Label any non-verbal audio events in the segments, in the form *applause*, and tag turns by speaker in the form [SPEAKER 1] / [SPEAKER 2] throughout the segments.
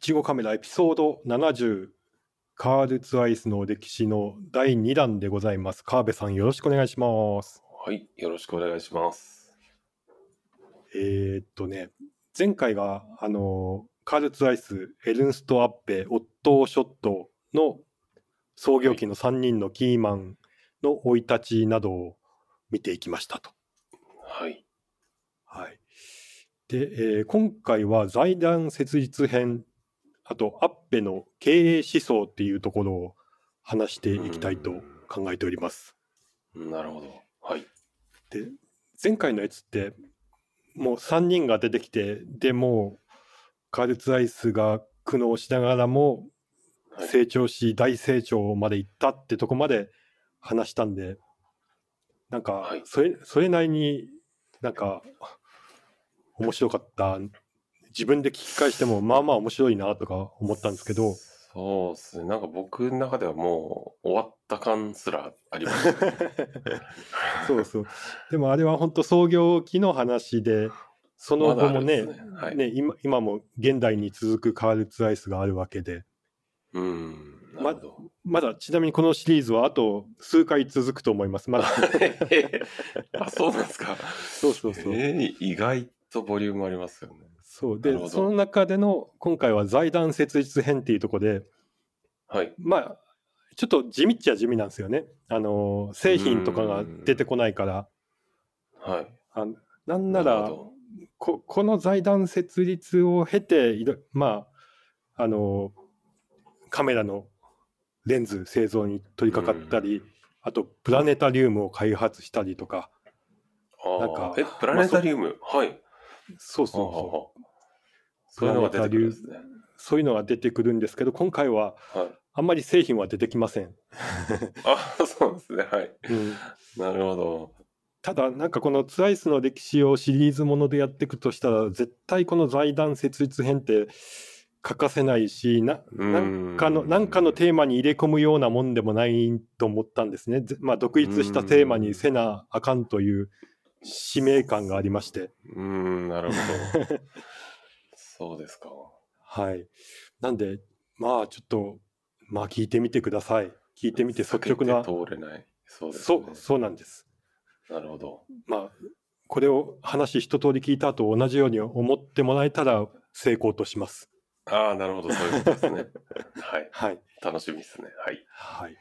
[SPEAKER 1] ちごカメラエピソード70カールツアイスの歴史の第2弾でございます。川辺さんよろしくお願いします。
[SPEAKER 2] はい、よろしくお願いします。
[SPEAKER 1] えーっとね、前回があのカールツアイス、エルンスト・アッペ、オットー・ショットの創業期の3人のキーマンの生い立ちなどを見ていきましたと。
[SPEAKER 2] はい。
[SPEAKER 1] はい。で、えー今回は財団設立編、あとアッペの経営思想っていうところを話していきたいと考えております。
[SPEAKER 2] なるほど。はい。
[SPEAKER 1] で、前回のやつって、もう3人が出てきて、でもう、カルツアイスが苦悩しながらも
[SPEAKER 2] はい
[SPEAKER 1] 成長し、大成長まで行ったってとこまで話したんで、なんか
[SPEAKER 2] はい、
[SPEAKER 1] それ、それなりになんか、面白かった。自分で聞き返しても、まあまあ面白いなとか思ったんですけ
[SPEAKER 2] *laughs*
[SPEAKER 1] ど、
[SPEAKER 2] そうですね。なんか僕の中ではもう終わった感すらあ
[SPEAKER 1] *laughs*
[SPEAKER 2] ります
[SPEAKER 1] そうそう。でもあれは本当創業期の話で、その
[SPEAKER 2] まだ
[SPEAKER 1] 後
[SPEAKER 2] ある
[SPEAKER 1] も
[SPEAKER 2] んで
[SPEAKER 1] ね
[SPEAKER 2] す、はい。
[SPEAKER 1] ね、今今も現代に続くカールツアイスがあるわけで
[SPEAKER 2] うん。なるほど。 *laughs*
[SPEAKER 1] まだちなみにこのシリーズはあと数回続くと思いますまだ
[SPEAKER 2] あ、そうなんですか。
[SPEAKER 1] そうそうそう、
[SPEAKER 2] えー意外とボリュームありますよね。
[SPEAKER 1] *laughs* そう
[SPEAKER 2] なるほ
[SPEAKER 1] で
[SPEAKER 2] ど
[SPEAKER 1] その中での今回は財団設立編っていうところで
[SPEAKER 2] はい。
[SPEAKER 1] まあちょっと地味っちゃ地味なんですよねあの製品とかが出てこないから
[SPEAKER 2] はい。
[SPEAKER 1] あなんなら
[SPEAKER 2] るほど
[SPEAKER 1] ここの財団設立を経ていろまああのカメラのレンズ製造に取り掛かったり、あとプラネタリウムを開発したりとか
[SPEAKER 2] あ
[SPEAKER 1] なん
[SPEAKER 2] あ
[SPEAKER 1] か
[SPEAKER 2] ー、え、プラネタリウム。はい。
[SPEAKER 1] そうそう
[SPEAKER 2] はあはあ
[SPEAKER 1] そう
[SPEAKER 2] はあそういうのが出てくるんですね。
[SPEAKER 1] そういうのが出てくるんですけど今回は
[SPEAKER 2] はい。
[SPEAKER 1] あんまり製品は出てきません、
[SPEAKER 2] あ、そうですね。はい。
[SPEAKER 1] うん、
[SPEAKER 2] なるほど。
[SPEAKER 1] ただなんかこのツアイスの歴史をシリーズものでやっていくとしたら絶対この財団設立編って欠かせないしな
[SPEAKER 2] なん
[SPEAKER 1] かの何かのテーマに入れ込むようなもんでもないと思ったんですね。ぜまあ、独立したテーマにせなあかんという使命感がありまして。
[SPEAKER 2] うーん、なるほ
[SPEAKER 1] *laughs*
[SPEAKER 2] ど。そうですか。
[SPEAKER 1] はい。なんで、まあちょっと、まあ聞いてみてください。聞いてみて率
[SPEAKER 2] 避け
[SPEAKER 1] 直な。
[SPEAKER 2] 通れない。そうです、
[SPEAKER 1] そ
[SPEAKER 2] ね
[SPEAKER 1] う、。そうなんです。
[SPEAKER 2] なるほど。
[SPEAKER 1] まあ、これを話一通り聞いた後、同じように思ってもらえたら成功とします。
[SPEAKER 2] ああ、なるほど。そういうことですね。 *laughs* はい。
[SPEAKER 1] はい。
[SPEAKER 2] 楽しみですね。はい。
[SPEAKER 1] はい。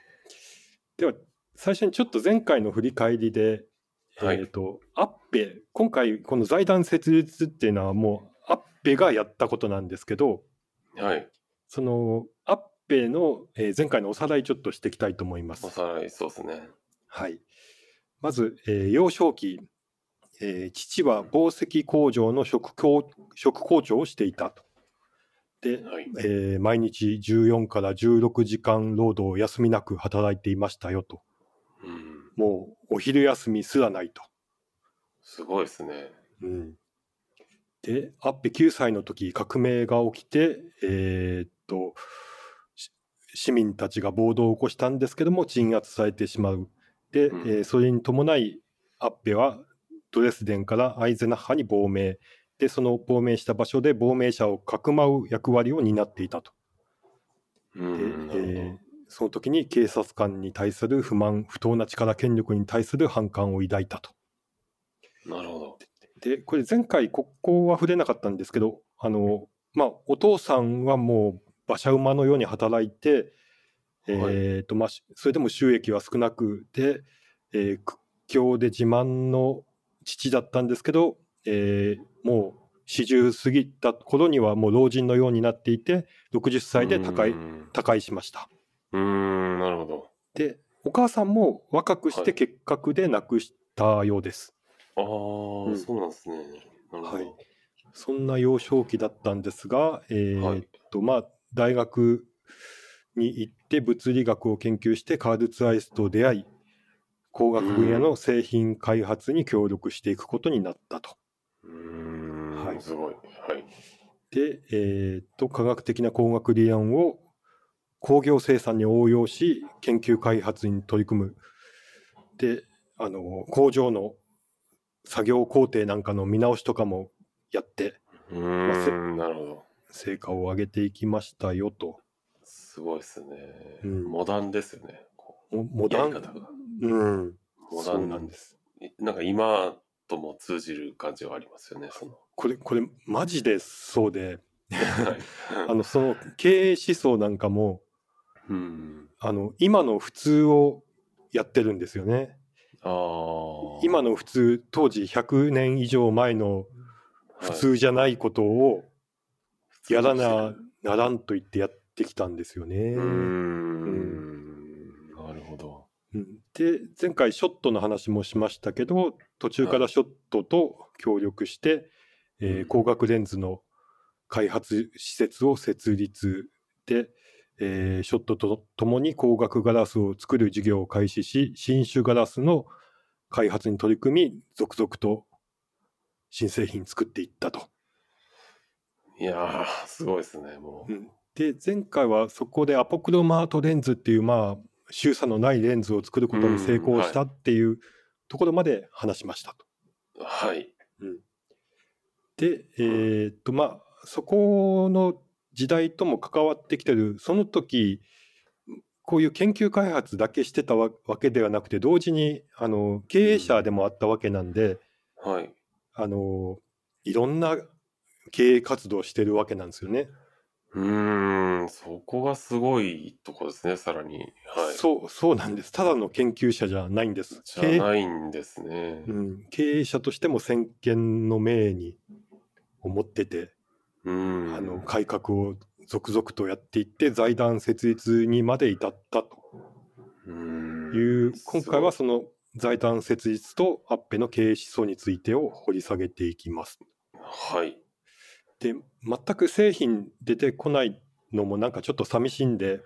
[SPEAKER 1] では、最初にちょっと前回の振り返りで、
[SPEAKER 2] はい
[SPEAKER 1] えっ、と、アッペ、今回、この財団設立っていうのは、もう、アッペがやったことなんですけど、
[SPEAKER 2] はい。
[SPEAKER 1] その、アッペの、えー前回のおさらいちょっとしていきたいと思います
[SPEAKER 2] お。さらい、そうですね。
[SPEAKER 1] はい。まず、えー幼少期、えー父は紡績工場の職工職工長をしていたと。で、
[SPEAKER 2] はい。
[SPEAKER 1] えー毎日14から16時間労働を休みなく働いていましたよと。
[SPEAKER 2] うん。
[SPEAKER 1] もうお昼休みすらないと。
[SPEAKER 2] すごいですね。
[SPEAKER 1] で、アッペ9歳の時革命が起きて、えーっと、し市民たちが暴動を起こしたんですけども、鎮圧されてしまう。で、
[SPEAKER 2] うん
[SPEAKER 1] えーそれに伴い、アッペはドレスデンからアイゼナッハに亡命。で、その亡命した場所で亡命者をかくまう役割を担っていたと。
[SPEAKER 2] う
[SPEAKER 1] で
[SPEAKER 2] ん。な
[SPEAKER 1] えー
[SPEAKER 2] る
[SPEAKER 1] その時に警察官に対する不満、不当な力、権力に対する反感を抱いたと。
[SPEAKER 2] ほど。なるほど。
[SPEAKER 1] で、これ前回、ここは触れなかったんですけど、あの、まあ、お父さんはもう馬車馬のように働いて、
[SPEAKER 2] はい
[SPEAKER 1] えっと、まあ、しそれでも収益は少なくて、えー屈強で自慢の父だったんですけど、えーもう四十過ぎた頃にはもう老人のようになっていて、60歳で他界
[SPEAKER 2] う、ん
[SPEAKER 1] 他界しました。
[SPEAKER 2] うーん、なるほど。
[SPEAKER 1] で、お母さんも若くし
[SPEAKER 2] は
[SPEAKER 1] て
[SPEAKER 2] い
[SPEAKER 1] 結核で亡くしたようです。
[SPEAKER 2] ああ、
[SPEAKER 1] うん
[SPEAKER 2] そうなんですね。なるほど。
[SPEAKER 1] はいそんな幼少期だったんですが、えー
[SPEAKER 2] はい
[SPEAKER 1] えっとまあ、大学に行って物理学を研究してカールツアイスと出会い工学分野の製品開発に協力していくことになったと。
[SPEAKER 2] うーん、
[SPEAKER 1] はい
[SPEAKER 2] すごい。はい。
[SPEAKER 1] で、えーっと科学的な工学理論を工業生産に応用し研究開発に取り組む。であの工場の作業工程なんかの見直しとかもやって
[SPEAKER 2] うーん、なるほど。
[SPEAKER 1] 成果を上げていきましたよと。
[SPEAKER 2] すごいですね、
[SPEAKER 1] うん
[SPEAKER 2] モダンですよね。こ
[SPEAKER 1] もモ
[SPEAKER 2] う
[SPEAKER 1] ダ
[SPEAKER 2] やり方
[SPEAKER 1] ン。
[SPEAKER 2] が
[SPEAKER 1] うん。
[SPEAKER 2] モ
[SPEAKER 1] そ
[SPEAKER 2] ダ
[SPEAKER 1] う
[SPEAKER 2] ン
[SPEAKER 1] な
[SPEAKER 2] なんん
[SPEAKER 1] で
[SPEAKER 2] ですす。なんか今とも通じる感じはありますよね。
[SPEAKER 1] *laughs*
[SPEAKER 2] その
[SPEAKER 1] これ、これ、マジでそうで、
[SPEAKER 2] はい
[SPEAKER 1] あの、その経営思想なんかも、
[SPEAKER 2] うん、
[SPEAKER 1] あの、今の普通をやってるんですよね。
[SPEAKER 2] あー
[SPEAKER 1] 今の普通、当時100年以上前の普通じゃないことをやらな、ならんと言ってやってきたんですよね。
[SPEAKER 2] うーんなるほど。
[SPEAKER 1] うんで前回ショットの話もしましたけど途中からショットと協力して、えー
[SPEAKER 2] うん
[SPEAKER 1] 光学レンズの開発施設を設立で、えーショットとともに光学ガラスを作る事業を開始し新種ガラスの開発に取り組み続々と新製品作っていったと。
[SPEAKER 2] いやー、すごいですね、もう。
[SPEAKER 1] で前回はそこでアポクロマートレンズっていうまあ周差のないレンズを作ることに成功したっていうところまで話しましたと。
[SPEAKER 2] はい。
[SPEAKER 1] でえーっとまあそこの時代とも関わってきてるその時こういう研究開発だけしてたわわけではなくて同時にあの経営者でもあったわけなんで、
[SPEAKER 2] はい。
[SPEAKER 1] あのいろんな経営活動をしてるわけなんですよね。
[SPEAKER 2] うーん、そこがすごいとこですね、さらに。はい。
[SPEAKER 1] そうそうなんですただの研究者じゃないんです。
[SPEAKER 2] じゃないんですね。
[SPEAKER 1] うん、経営者としても先見の明に思ってて、
[SPEAKER 2] うん。
[SPEAKER 1] あの改革を続々とやっていって財団設立にまで至ったと
[SPEAKER 2] う
[SPEAKER 1] い
[SPEAKER 2] ん
[SPEAKER 1] う今回はその財団設立とアッペの経営思想についてを掘り下げていきます。
[SPEAKER 2] はい。
[SPEAKER 1] で全く製品出てこないのもなんかちょっと寂しいんで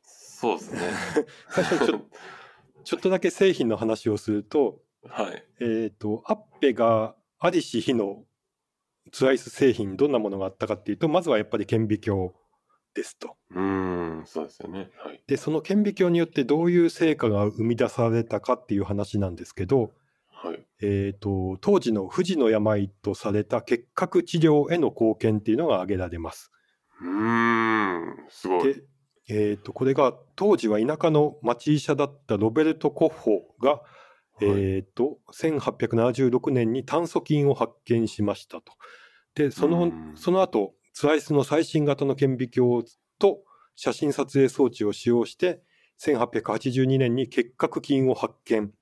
[SPEAKER 2] そうですね。
[SPEAKER 1] 最初に
[SPEAKER 2] *laughs*
[SPEAKER 1] ちょちょっとだけ製品の話をすると,、
[SPEAKER 2] はい。
[SPEAKER 1] えー、とアッペがアリシヒのツアイス製品どんなものがあったかっていうとまずはやっぱり顕微鏡ですと。
[SPEAKER 2] うん、そうですよね。はい。
[SPEAKER 1] でその顕微鏡によってどういう成果が生み出されたかっていう話なんですけど、
[SPEAKER 2] はい。
[SPEAKER 1] えー、と当時の富士の病とされた結核治療への貢献っていうのが挙げられます。
[SPEAKER 2] うーん、すごい。
[SPEAKER 1] で、えー、とこれが当時は田舎の町医者だったロベルト・コッホが、
[SPEAKER 2] はい
[SPEAKER 1] えー、と1876年に炭疽菌を発見しましたと。でその
[SPEAKER 2] うん
[SPEAKER 1] その後ツアイスの最新型の顕微鏡と写真撮影装置を使用して1882年に結核菌を発見、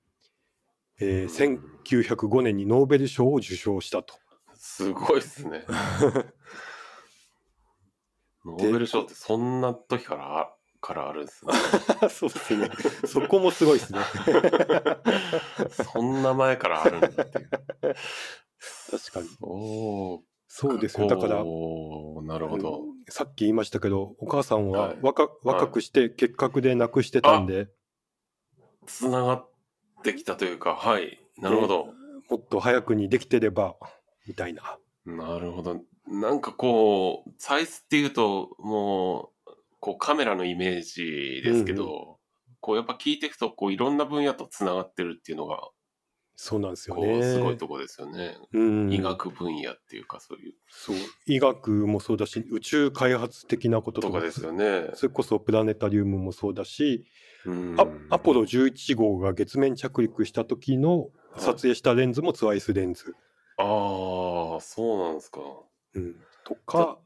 [SPEAKER 1] えー1905年にノーベル賞を受賞したと。
[SPEAKER 2] すごいですね。ノーベル賞ってそんな時からあからあるん
[SPEAKER 1] *laughs*
[SPEAKER 2] ですね。
[SPEAKER 1] *laughs* そうですね *laughs* そこもすごいですね。
[SPEAKER 2] そんな前からあるんだっていう。
[SPEAKER 1] *laughs* 確かに
[SPEAKER 2] そう
[SPEAKER 1] そうですよだから
[SPEAKER 2] おーなるほど。
[SPEAKER 1] さっき言いましたけど、お母さんは
[SPEAKER 2] はい
[SPEAKER 1] 若,、若くして結核で亡くしてたんで、
[SPEAKER 2] つながってきたというか、はい。なるほど。
[SPEAKER 1] もっと早くにできてれば、みたいな。
[SPEAKER 2] なるほど。なんかこう、サイズっていうと、もう、こうカメラのイメージですけど、
[SPEAKER 1] う
[SPEAKER 2] こうやっぱ聞いていくと、こういろんな分野とつながってるっていうのが、
[SPEAKER 1] そうなんですよ
[SPEAKER 2] こ
[SPEAKER 1] ね。
[SPEAKER 2] う、すごいとこですよね。
[SPEAKER 1] うん
[SPEAKER 2] 医学分野っていうか、そういう
[SPEAKER 1] そう。医学もそうだし、宇宙開発的なことと
[SPEAKER 2] と
[SPEAKER 1] か
[SPEAKER 2] かですよね。
[SPEAKER 1] それこそプラネタリウムもそうだし、
[SPEAKER 2] うん
[SPEAKER 1] アアポロ11号が月面着陸した時の撮影したレンズもツアイスレンズ、
[SPEAKER 2] ああ、そうなんですか。
[SPEAKER 1] うん、とか、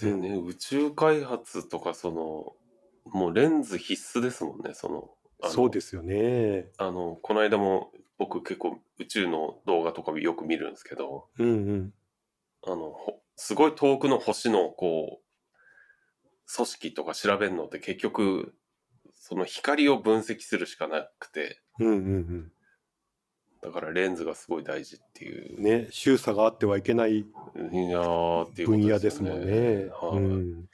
[SPEAKER 2] でね、宇宙開発とか、その、もうレンズ必須ですもんね、その。あの
[SPEAKER 1] そうですよね。
[SPEAKER 2] あの、この間も僕結構宇宙の動画とかよく見るんですけど、
[SPEAKER 1] うんうん。
[SPEAKER 2] あの、ほすごい遠くの星のこう、組織とか調べるのって結局、その光を分析するしかなくて、
[SPEAKER 1] うんうん
[SPEAKER 2] だからレンズがすごい大事って
[SPEAKER 1] う
[SPEAKER 2] い、
[SPEAKER 1] ん。ね、周差があってはいけないう
[SPEAKER 2] いやーっていうこと
[SPEAKER 1] 分野ですもんね。
[SPEAKER 2] はい
[SPEAKER 1] うん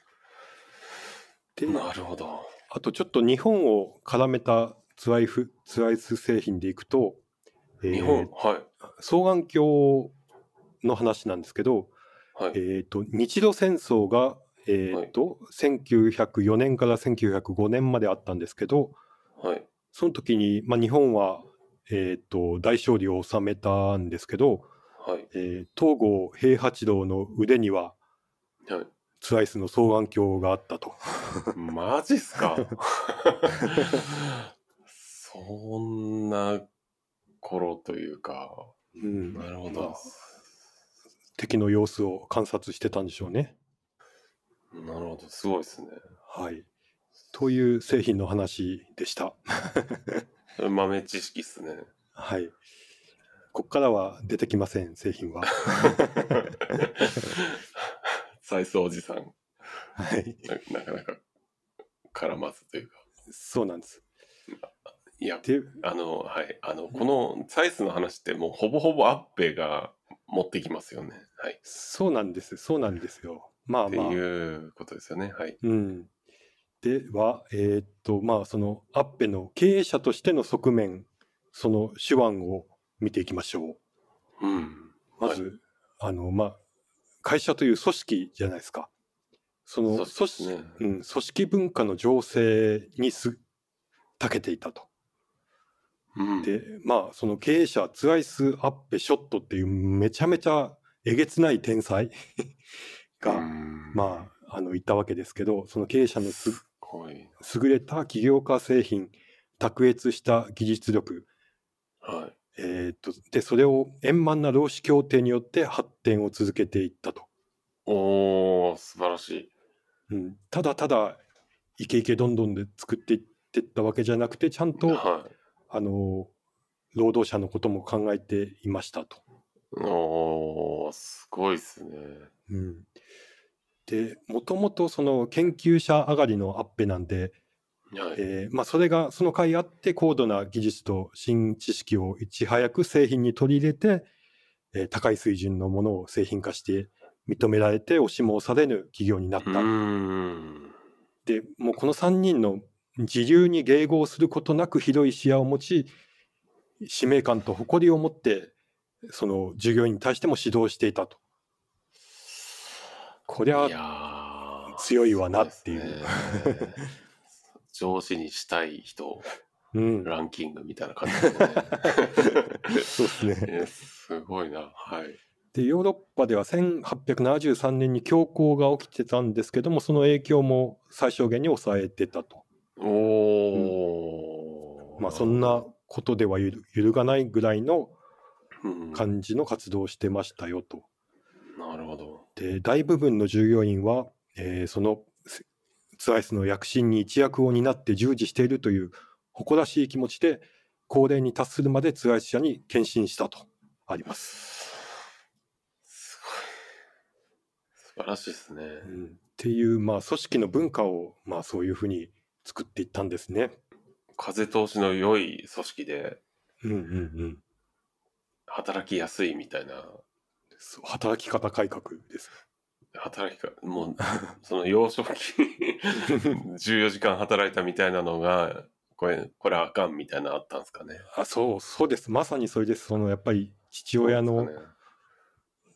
[SPEAKER 1] で
[SPEAKER 2] なるほど。
[SPEAKER 1] あとちょっと日本を絡めたツアイフツアイス製品でいくと、えー
[SPEAKER 2] 日本、はい。
[SPEAKER 1] 双眼鏡の話なんですけど、
[SPEAKER 2] はい。
[SPEAKER 1] えー、と日露戦争が、えーと1904年から1905年まであったんですけど
[SPEAKER 2] はい。
[SPEAKER 1] その時に、まあ、日本は、えー、と大勝利を収めたんですけど、
[SPEAKER 2] はい。
[SPEAKER 1] えー東郷平八郎の腕には
[SPEAKER 2] はい。
[SPEAKER 1] ツアイスの双眼鏡があったと。
[SPEAKER 2] マジっすかそんな頃というか。
[SPEAKER 1] うん
[SPEAKER 2] なるほ
[SPEAKER 1] まあ
[SPEAKER 2] ど。
[SPEAKER 1] 敵の様子を観察してたんでしょうね。
[SPEAKER 2] なるほど。すごいですね。
[SPEAKER 1] はい。という製品の話でした。
[SPEAKER 2] 豆知識っすね。
[SPEAKER 1] はい。ここからは出てきません、製
[SPEAKER 2] *laughs*
[SPEAKER 1] 品は。
[SPEAKER 2] 財布おじさん
[SPEAKER 1] はい。
[SPEAKER 2] な、なかなか絡まずというか。
[SPEAKER 1] そうなんです。
[SPEAKER 2] いや、
[SPEAKER 1] で、
[SPEAKER 2] あの、はい。あの、このサイズの話ってもうほぼほぼアッペが持ってきますよね。はい。
[SPEAKER 1] そうなんです。そうなんですよ。まあ
[SPEAKER 2] って
[SPEAKER 1] まあ。
[SPEAKER 2] いうことですよね。はい。
[SPEAKER 1] うん。では、えーっと、まあ、そのアッペの経営者としての側面、その手腕を見ていきましょう。
[SPEAKER 2] うん。
[SPEAKER 1] まず、あの、まあ、会社という組織じゃないですか。その組
[SPEAKER 2] そうで
[SPEAKER 1] 織
[SPEAKER 2] すね。
[SPEAKER 1] うん、組織文化の情勢にす長けていたと。
[SPEAKER 2] うん。
[SPEAKER 1] で、まあ、その経営者、ツアイス・アッペ・ショットっていうめちゃめちゃえげつない天才が、
[SPEAKER 2] うん
[SPEAKER 1] まあ、あの、いたわけですけど、その経営者のす
[SPEAKER 2] すごい。
[SPEAKER 1] 優れた起業家製品、卓越した技術力、
[SPEAKER 2] はい。
[SPEAKER 1] えーっと、で、それを円満な労使協定によって発展を続けていったと。
[SPEAKER 2] おー、素晴らしい。
[SPEAKER 1] うん、ただただイケイケどんどんで作っていってったわけじゃなくてちゃんと、
[SPEAKER 2] は
[SPEAKER 1] あの労働者のことも考えていましたと。
[SPEAKER 2] い。おー、すごいですね。
[SPEAKER 1] うん、でもともとその研究者上がりのアッペなんで、
[SPEAKER 2] はい。
[SPEAKER 1] えーまあ、それがその甲斐あって高度な技術と新知識をいち早く製品に取り入れて、えー高い水準のものを製品化して認められて押しも押されぬ企業になっ
[SPEAKER 2] う
[SPEAKER 1] た
[SPEAKER 2] ーん。
[SPEAKER 1] でもうこの3人の自由に迎合することなく広い視野を持ち使命感と誇りを持ってその従業員に対しても指導していたとこりゃ
[SPEAKER 2] いやー
[SPEAKER 1] 強いわなっていう
[SPEAKER 2] そですね上司にしたい人
[SPEAKER 1] うん
[SPEAKER 2] ランキングみたいな感じですね
[SPEAKER 1] *laughs* そうですね
[SPEAKER 2] えすごいな。はい。
[SPEAKER 1] でヨーロッパでは1873年に恐慌が起きてたんですけどもその影響も最小限に抑えてたと
[SPEAKER 2] おー。
[SPEAKER 1] まあそんなことでは揺る揺るがないぐらいの
[SPEAKER 2] うん
[SPEAKER 1] 感じの活動をしてましたよと。
[SPEAKER 2] なるほど。
[SPEAKER 1] で大部分の従業員は、えーそのせツアイスの躍進に一役を担って従事しているという誇らしい気持ちで高齢に達するまでツアイス社に献身したとあります。
[SPEAKER 2] すごい。素晴らしいですね。
[SPEAKER 1] うんっていう、まあ、組織の文化を、まあ、そういうふうに作っていったんですね。
[SPEAKER 2] 風通しの良い組織で
[SPEAKER 1] うんうんうん、
[SPEAKER 2] 働きやすいみたいな
[SPEAKER 1] そう働き方改革です。
[SPEAKER 2] 働きかもう *laughs* その幼
[SPEAKER 1] *laughs*
[SPEAKER 2] 少期14時間働いたみたいなのがこれこれあかんみたいなのあったんですかね。
[SPEAKER 1] あそうそうですまさにそれですそのやっぱり父親の
[SPEAKER 2] そうですか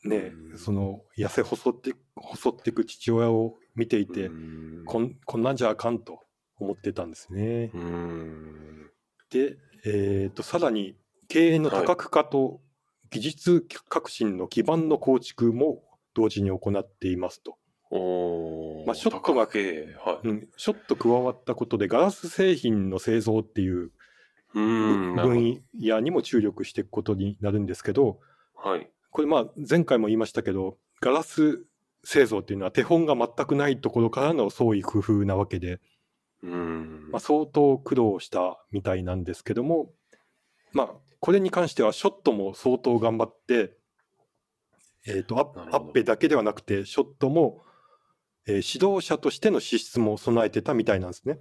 [SPEAKER 1] ね
[SPEAKER 2] うん
[SPEAKER 1] その痩せ細って細っていく父親を見ていて、
[SPEAKER 2] ねうーん
[SPEAKER 1] こんこんなんじゃあかんと思ってたんですね。
[SPEAKER 2] うーん
[SPEAKER 1] で、えー、とさらに経営の多角化と技術革新の基盤の構築も同時に行っていますと。
[SPEAKER 2] おー
[SPEAKER 1] まあショットが
[SPEAKER 2] 高けはい。
[SPEAKER 1] うん、ちょっと加わったことでガラス製品の製造っていう
[SPEAKER 2] うーんなるほ
[SPEAKER 1] 分野にも注力していくことになるんですけど
[SPEAKER 2] どはい。
[SPEAKER 1] これまあ前回も言いましたけどガラス製造っていうのは手本が全くないところからの創意工夫なわけで
[SPEAKER 2] うーん
[SPEAKER 1] まあ、相当苦労したみたいなんですけども、まあ、これに関してはショットも相当頑張って、えー、とア
[SPEAKER 2] なるほ
[SPEAKER 1] ッ
[SPEAKER 2] ど
[SPEAKER 1] アッペだけではなくてショットも、えー指導者としての資質も備えてたみたいなんですね。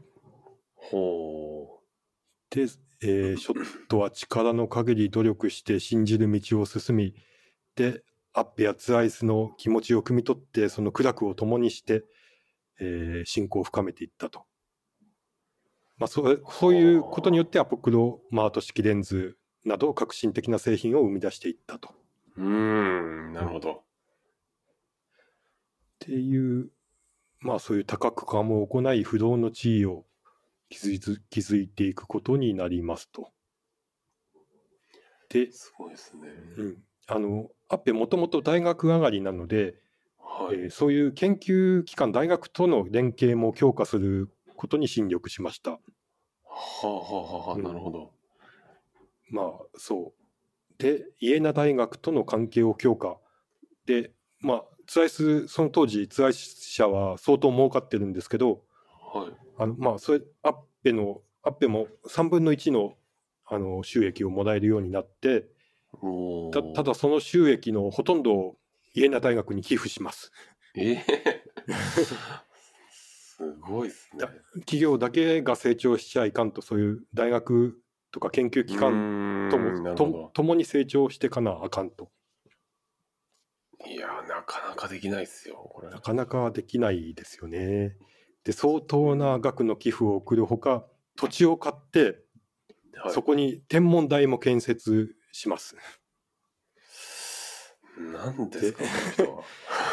[SPEAKER 2] ほ
[SPEAKER 1] で、えーショットは力の限り努力して信じる道を進みでアッペやツアイスの気持ちを汲み取ってその苦楽を共にして、えー信仰を深めていったと、まあ、それそういうことによってアポクロマート式レンズなど革新的な製品を生み出していったとっ
[SPEAKER 2] う。うーんなるほど。
[SPEAKER 1] ていうまあそういう多角化も行い不動の地位を築いず築いていくことになりますと。です
[SPEAKER 2] ごいですね。
[SPEAKER 1] うん、あのアッペもともと大学上がりなので、
[SPEAKER 2] はい。
[SPEAKER 1] えーそういう研究機関、大学との連携も強化することに尽力しました。
[SPEAKER 2] はあはあはあはあ、
[SPEAKER 1] うん
[SPEAKER 2] なるほど。
[SPEAKER 1] まあそう。で、イエナ大学との関係を強化。で、まあ、ツアイス、その当時、ツアイス社は相当儲かってるんですけど、
[SPEAKER 2] はい。
[SPEAKER 1] あのまあ、それ、アッペの、アッペも3分の1のあの収益をもらえるようになって、
[SPEAKER 2] お
[SPEAKER 1] た
[SPEAKER 2] ー
[SPEAKER 1] た、だその収益のほとんどをイエナ大学に寄付します。
[SPEAKER 2] ええ *laughs* すごいですね
[SPEAKER 1] だ。企業だけが成長しちゃいかんと、そういう大学とか研究機関
[SPEAKER 2] 関
[SPEAKER 1] と
[SPEAKER 2] な
[SPEAKER 1] も
[SPEAKER 2] る
[SPEAKER 1] と
[SPEAKER 2] ほ
[SPEAKER 1] もともに成長してかなあかんと。
[SPEAKER 2] ど。いやー、なかなかできないですよ、これ。
[SPEAKER 1] なかなかできないですよね。で相当な額の寄付を送るほか土地を買って、
[SPEAKER 2] はい
[SPEAKER 1] そこに天文台も建設します。
[SPEAKER 2] なんですか、こ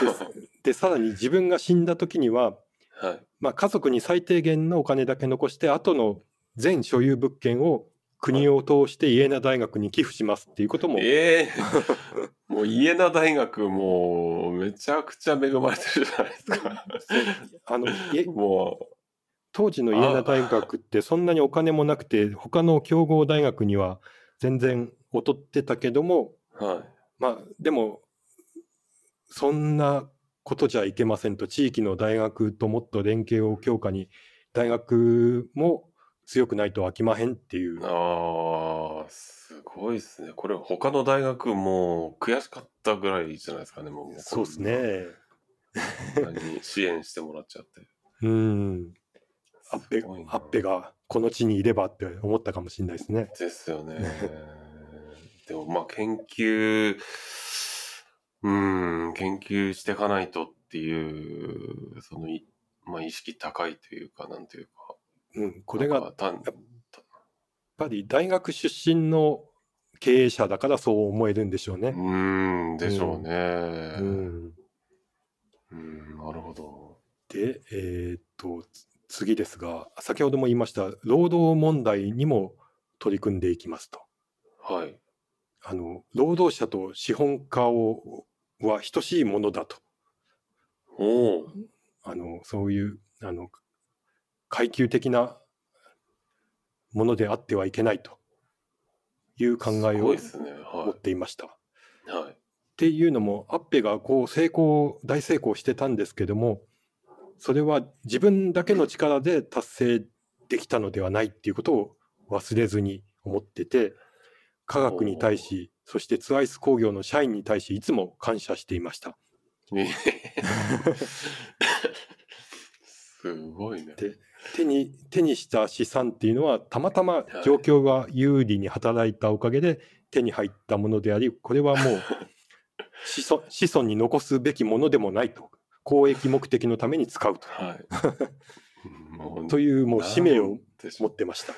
[SPEAKER 2] の
[SPEAKER 1] でさらに自分が死んだ時には、 *laughs*
[SPEAKER 2] 人は。はい。
[SPEAKER 1] まあ、家族に最低限のお金だけ残して後の全所有物件を国を通してイエナ大学に寄付しますっていうことも、
[SPEAKER 2] ええ *laughs* もう家名大学もうめちゃくちゃ恵まれてるじゃないで
[SPEAKER 1] *laughs*
[SPEAKER 2] すか
[SPEAKER 1] あ
[SPEAKER 2] *laughs*
[SPEAKER 1] のいえ
[SPEAKER 2] も
[SPEAKER 1] 当時のイエナ大学ってそんなにお金もなくて他の強豪大学には全然劣ってたけども
[SPEAKER 2] うは
[SPEAKER 1] まあでもそんなことじゃいけませんと地域の大学ともっと連携を強化に大学も強くないと飽きまへんっていう
[SPEAKER 2] いああすごいですねこれ他の大学もう悔しかったぐらいじゃないですかねもう
[SPEAKER 1] そうですね
[SPEAKER 2] こんなに支援してもらっちゃって
[SPEAKER 1] うんアッペ
[SPEAKER 2] すごいな
[SPEAKER 1] アッペがこの地にいればって思ったかもしれないですね
[SPEAKER 2] ですよね *laughs* でもまあ研究うん研究していかないとっていうそのいまあ意識高いというかなんというか
[SPEAKER 1] うんこれがや
[SPEAKER 2] な
[SPEAKER 1] っ
[SPEAKER 2] んか単
[SPEAKER 1] ぱり大学出身の経営者だからそう思えるんでしょう
[SPEAKER 2] う
[SPEAKER 1] ね
[SPEAKER 2] ーんでしょうね。
[SPEAKER 1] う
[SPEAKER 2] うん、
[SPEAKER 1] ん
[SPEAKER 2] なるほど。
[SPEAKER 1] で、えーっと、つ次ですが、先ほども言いました、労働問題にも取り組んでいきますと。
[SPEAKER 2] はい。
[SPEAKER 1] あの、労働者と資本家をは等しいものだと。
[SPEAKER 2] おお。
[SPEAKER 1] あの、そういう、あの、階級的なものであってはいけないという考え
[SPEAKER 2] すご
[SPEAKER 1] を
[SPEAKER 2] いですね。
[SPEAKER 1] 持っ
[SPEAKER 2] は
[SPEAKER 1] ていました。っ
[SPEAKER 2] い。はい。
[SPEAKER 1] ていうのも、アッペがこう成功、大成功してたんですけども、それは自分だけの力で達成できたのではないっていうことを忘れずに思ってて科学に対しそしてツアイス工業の社員に対しいつも感謝していました
[SPEAKER 2] えへへ *laughs* すごいね。
[SPEAKER 1] で手に手にした資産っていうのはたまたま状況が有利に働いたおかげで手に入ったものでありこれはも *laughs* う子孫子孫に残すべきものでもないと公益目的のために使うと
[SPEAKER 2] はい。 *laughs* も
[SPEAKER 1] というもう使命を
[SPEAKER 2] なんでしょ
[SPEAKER 1] 持っ
[SPEAKER 2] う
[SPEAKER 1] てました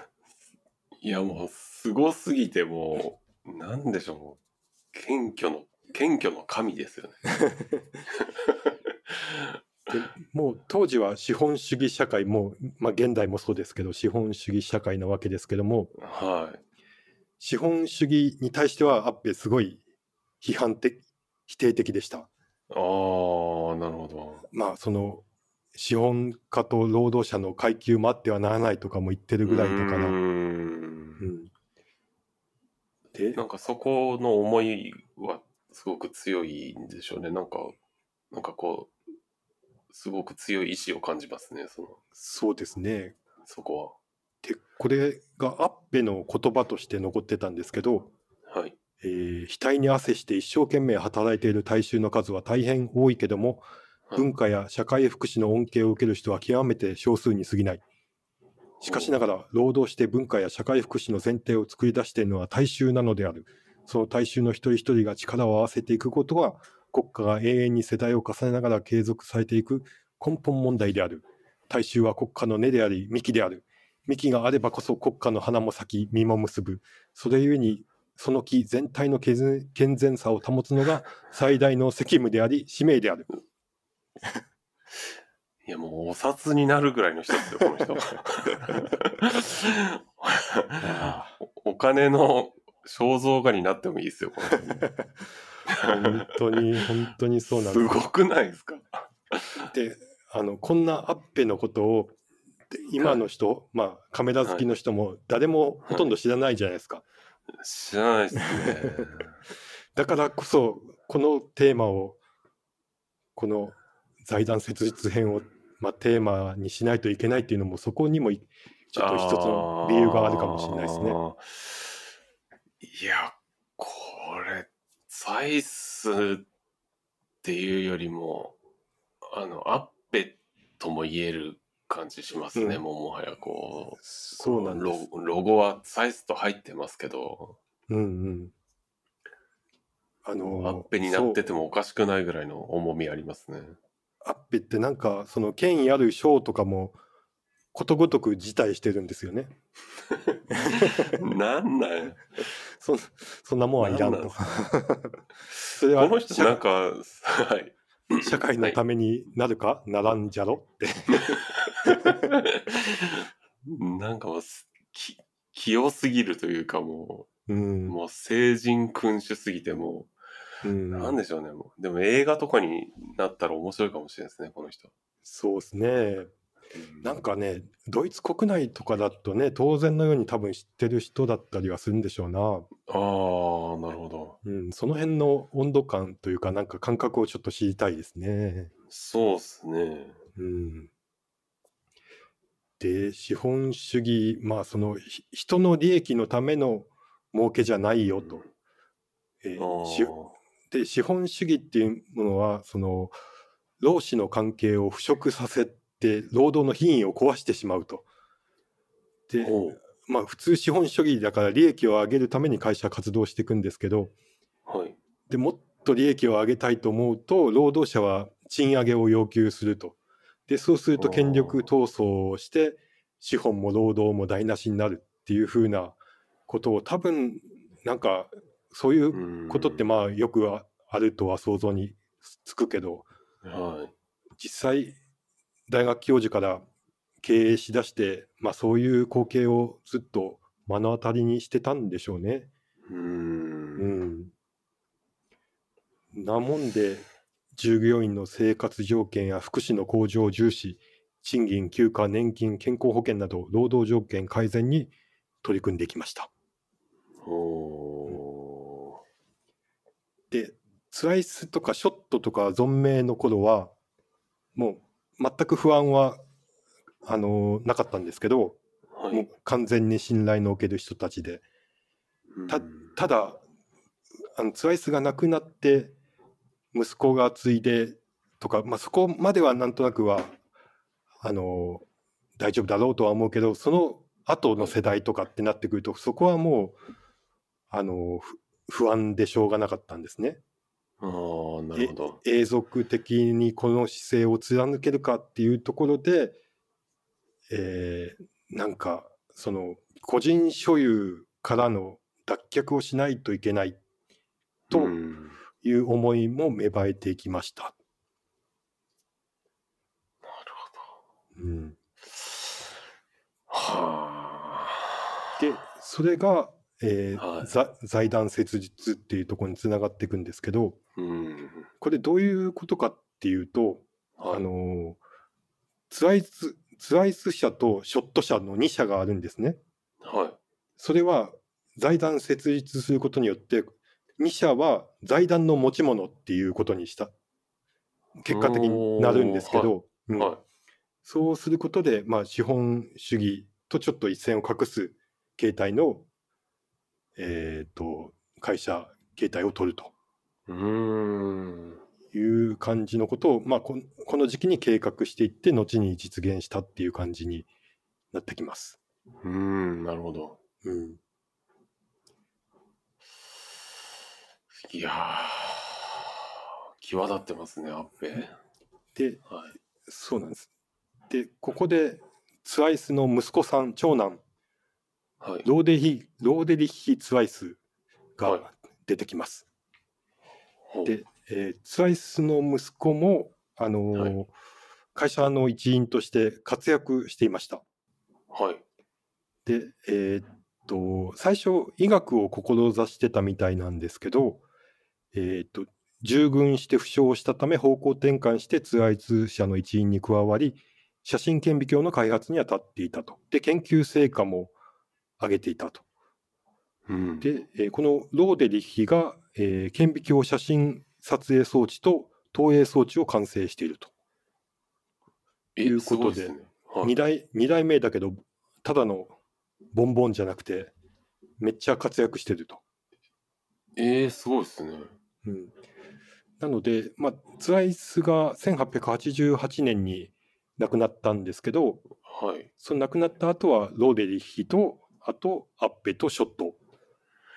[SPEAKER 2] いやもうすごすぎてもうなんでしょう。謙虚の謙虚の神ですよね。
[SPEAKER 1] でもう当時は資本主義社会もう、まあ、現代もそうですけど資本主義社会なわけですけども
[SPEAKER 2] はい。
[SPEAKER 1] 資本主義に対してはアッペすごい批判的否定的でした
[SPEAKER 2] ああなるほど。
[SPEAKER 1] まあその資本家と労働者の階級もあってはならないとかも言ってるぐらいだからう
[SPEAKER 2] うー
[SPEAKER 1] んで
[SPEAKER 2] なんかそこの思いはすごく強いんでしょうね。なんか、なんかこう、すごく強い意志を感じますね、その、
[SPEAKER 1] そうですね
[SPEAKER 2] そこ
[SPEAKER 1] でこれがアッペの言葉として残ってたんですけど
[SPEAKER 2] は。はい。
[SPEAKER 1] えー額に汗して一生懸命働いている大衆の数は大変多いけども、
[SPEAKER 2] はい
[SPEAKER 1] 文化や社会福祉の恩恵を受ける人は極めて少数に過ぎない。しかしながら、労働して文化や社会福祉の前提を作り出しているのは大衆なのである。その大衆の一人一人が力を合わせていくことが、国家が永遠に世代を重ねながら継続されていく根本問題である。大衆は国家の根であり、幹である。幹があればこそ国家の花も咲き、実も結ぶ。それゆえにその木全体の健全健全さを保つの *laughs* が最大の責務であり、使命である。
[SPEAKER 2] いや、もうお札になるぐらいの人ですよ、こ
[SPEAKER 1] *laughs*
[SPEAKER 2] の人 *laughs* は。おお金の肖像画になってもいいですよ、この人
[SPEAKER 1] 本当 *laughs* に、本当にそうなんですす。
[SPEAKER 2] ごくないですか
[SPEAKER 1] で、あの、こんなアッペのことを、で今の人、まあ、カメラ好きの人も、誰もほとんど知らないじゃないですか。
[SPEAKER 2] 知らないですね。 *laughs*
[SPEAKER 1] だからこそ、このテーマを、この財団設立編を、まあ、テーマにしないといけないっていうのも、そこにもいちょっと一つの理由があるかもしれないですね。
[SPEAKER 2] ね。いや、これ、ザイスっていうよりも、あの、アッペとも言える感じしますね、
[SPEAKER 1] うん
[SPEAKER 2] もうもはやこう。
[SPEAKER 1] そうなんです。
[SPEAKER 2] ロロゴはサイズと入ってますけど、
[SPEAKER 1] うんうん。あのー
[SPEAKER 2] アッペになっ
[SPEAKER 1] そ
[SPEAKER 2] て
[SPEAKER 1] う
[SPEAKER 2] てもおかしくないぐらいの重みありますね。
[SPEAKER 1] アッペってなんかその権威ある賞とかもことごとく辞退してるんですよね。
[SPEAKER 2] *laughs* なんなんや
[SPEAKER 1] そそんなもんはいらん
[SPEAKER 2] なんなん
[SPEAKER 1] と
[SPEAKER 2] で。
[SPEAKER 1] *laughs* それ
[SPEAKER 2] こ
[SPEAKER 1] は
[SPEAKER 2] の人なんか、はい。 *laughs*
[SPEAKER 1] 社社会のためになるかならんじゃろって。
[SPEAKER 2] なんかもうす、き、器用すぎるというかも
[SPEAKER 1] う
[SPEAKER 2] う、
[SPEAKER 1] ん。
[SPEAKER 2] もう成人君主すぎても
[SPEAKER 1] うん
[SPEAKER 2] う、なんでしょうね、もう。でも映画とかになったら面白いかもしれないですね、この人。
[SPEAKER 1] そうですね。なんかね、ドイツ国内とかだとね、当然のように多分知ってる人だったりはするんでしょうな。
[SPEAKER 2] ああ、なるほど。
[SPEAKER 1] うん、その辺の温度感というか、なんか感覚をちょっと知りたいですね。
[SPEAKER 2] そうっすね。
[SPEAKER 1] うん、で資本主義まあそのひ人の利益のための儲けじゃないよと、えー
[SPEAKER 2] あー
[SPEAKER 1] しで資本主義っていうものはその労使の関係を腐食させて労働の品位を壊してしまうと。で
[SPEAKER 2] おう
[SPEAKER 1] まあ普通資本主義だから利益を上げるために会社は活動していくんですけど
[SPEAKER 2] はい。
[SPEAKER 1] でもっと利益を上げたいと思うと労働者は賃上げを要求するとでそうすると権力闘争をして資本も労働も台無しになるっていうふうなことを多分なんかそういう
[SPEAKER 2] うん
[SPEAKER 1] ことってまあよくああるとは想像につくけど
[SPEAKER 2] はい。
[SPEAKER 1] 実際大学教授から経営しだして、まあ、そういう光景をずっと目の当たりにしてたんでしょうね。
[SPEAKER 2] うー。
[SPEAKER 1] うんん。なもんで、従業員の生活条件や福祉の向上を重視、賃金、休暇、年金、健康保険など、労働条件改善に取り組んできました。
[SPEAKER 2] お
[SPEAKER 1] で、スライスとかショットとか存命の頃は、もう全く不安は、あのなかったんですけど、
[SPEAKER 2] ー。は
[SPEAKER 1] もう
[SPEAKER 2] い。
[SPEAKER 1] 完全に信頼のおける人たちで、た
[SPEAKER 2] うん
[SPEAKER 1] ただあのツワイスが亡くなって息子が継いでとか、まあ、そこまではなんとなくはあの大丈夫だろうとは思うけどその後の世代とかってなってくるとそこはもうあのふ不安でしょうがなかったんですね。
[SPEAKER 2] ああ、なるほど。
[SPEAKER 1] 永続的にこの姿勢を貫けるかっていうところで、えーなんかその個人所有からの脱却をしないといけないと
[SPEAKER 2] うん
[SPEAKER 1] いう思いも芽生えていきました。
[SPEAKER 2] なるほど。
[SPEAKER 1] うん、
[SPEAKER 2] はあ。
[SPEAKER 1] でそれが、えー
[SPEAKER 2] はい
[SPEAKER 1] ざ財団設立っていうところにつながっていくんですけど
[SPEAKER 2] うん。
[SPEAKER 1] これどういうことかっていうと、
[SPEAKER 2] はい
[SPEAKER 1] あのツアイスツアイス社とショット社の2社があるんですね。
[SPEAKER 2] はい。
[SPEAKER 1] それは財団設立することによって2社は財団の持ち物っていうことにした結果的になるんですけど、うん
[SPEAKER 2] は
[SPEAKER 1] そうすることで、まあ、資本主義とちょっと一線を画す形態の、えー、と会社形態を取ると
[SPEAKER 2] い。うーん。
[SPEAKER 1] いう感じのことを、まあ、こんこの時期に計画していって後に実現したっていう感じになってきます。
[SPEAKER 2] うーん、なるほど。
[SPEAKER 1] うん、
[SPEAKER 2] いやー、際立ってますね、アッペ。はい。
[SPEAKER 1] でそうなんです。で、ここで、ツワイスの息子さん、長男、
[SPEAKER 2] はい。
[SPEAKER 1] ローデヒ、ローデリッヒ・ツワイス
[SPEAKER 2] はい
[SPEAKER 1] が出てきます。
[SPEAKER 2] ほう
[SPEAKER 1] で、えーツワイスの息子も、あのー
[SPEAKER 2] はい
[SPEAKER 1] 会社の一員として活躍していました。
[SPEAKER 2] はい。
[SPEAKER 1] で、えーっと、最初、医学を志してたみたいなんですけど、えーっと従軍して負傷したため方向転換してツアイ通社の一員に加わり写真顕微鏡の開発に当たっていたとで研究成果も上げていたと
[SPEAKER 2] うん、
[SPEAKER 1] で、えーこのローデリッヒが、えー顕微鏡写真撮影装置と投影装置を完成していると
[SPEAKER 2] え
[SPEAKER 1] いうことです
[SPEAKER 2] ごいすねはい
[SPEAKER 1] 2代二代目だけどただのボンボンじゃなくてめっちゃ活躍してると。
[SPEAKER 2] えー、すごいですね。
[SPEAKER 1] うん、なので、まあ、ツアイスが1888年に亡くなったんですけど
[SPEAKER 2] はい。
[SPEAKER 1] その亡くなった後はローデリッヒとあとアッペとショット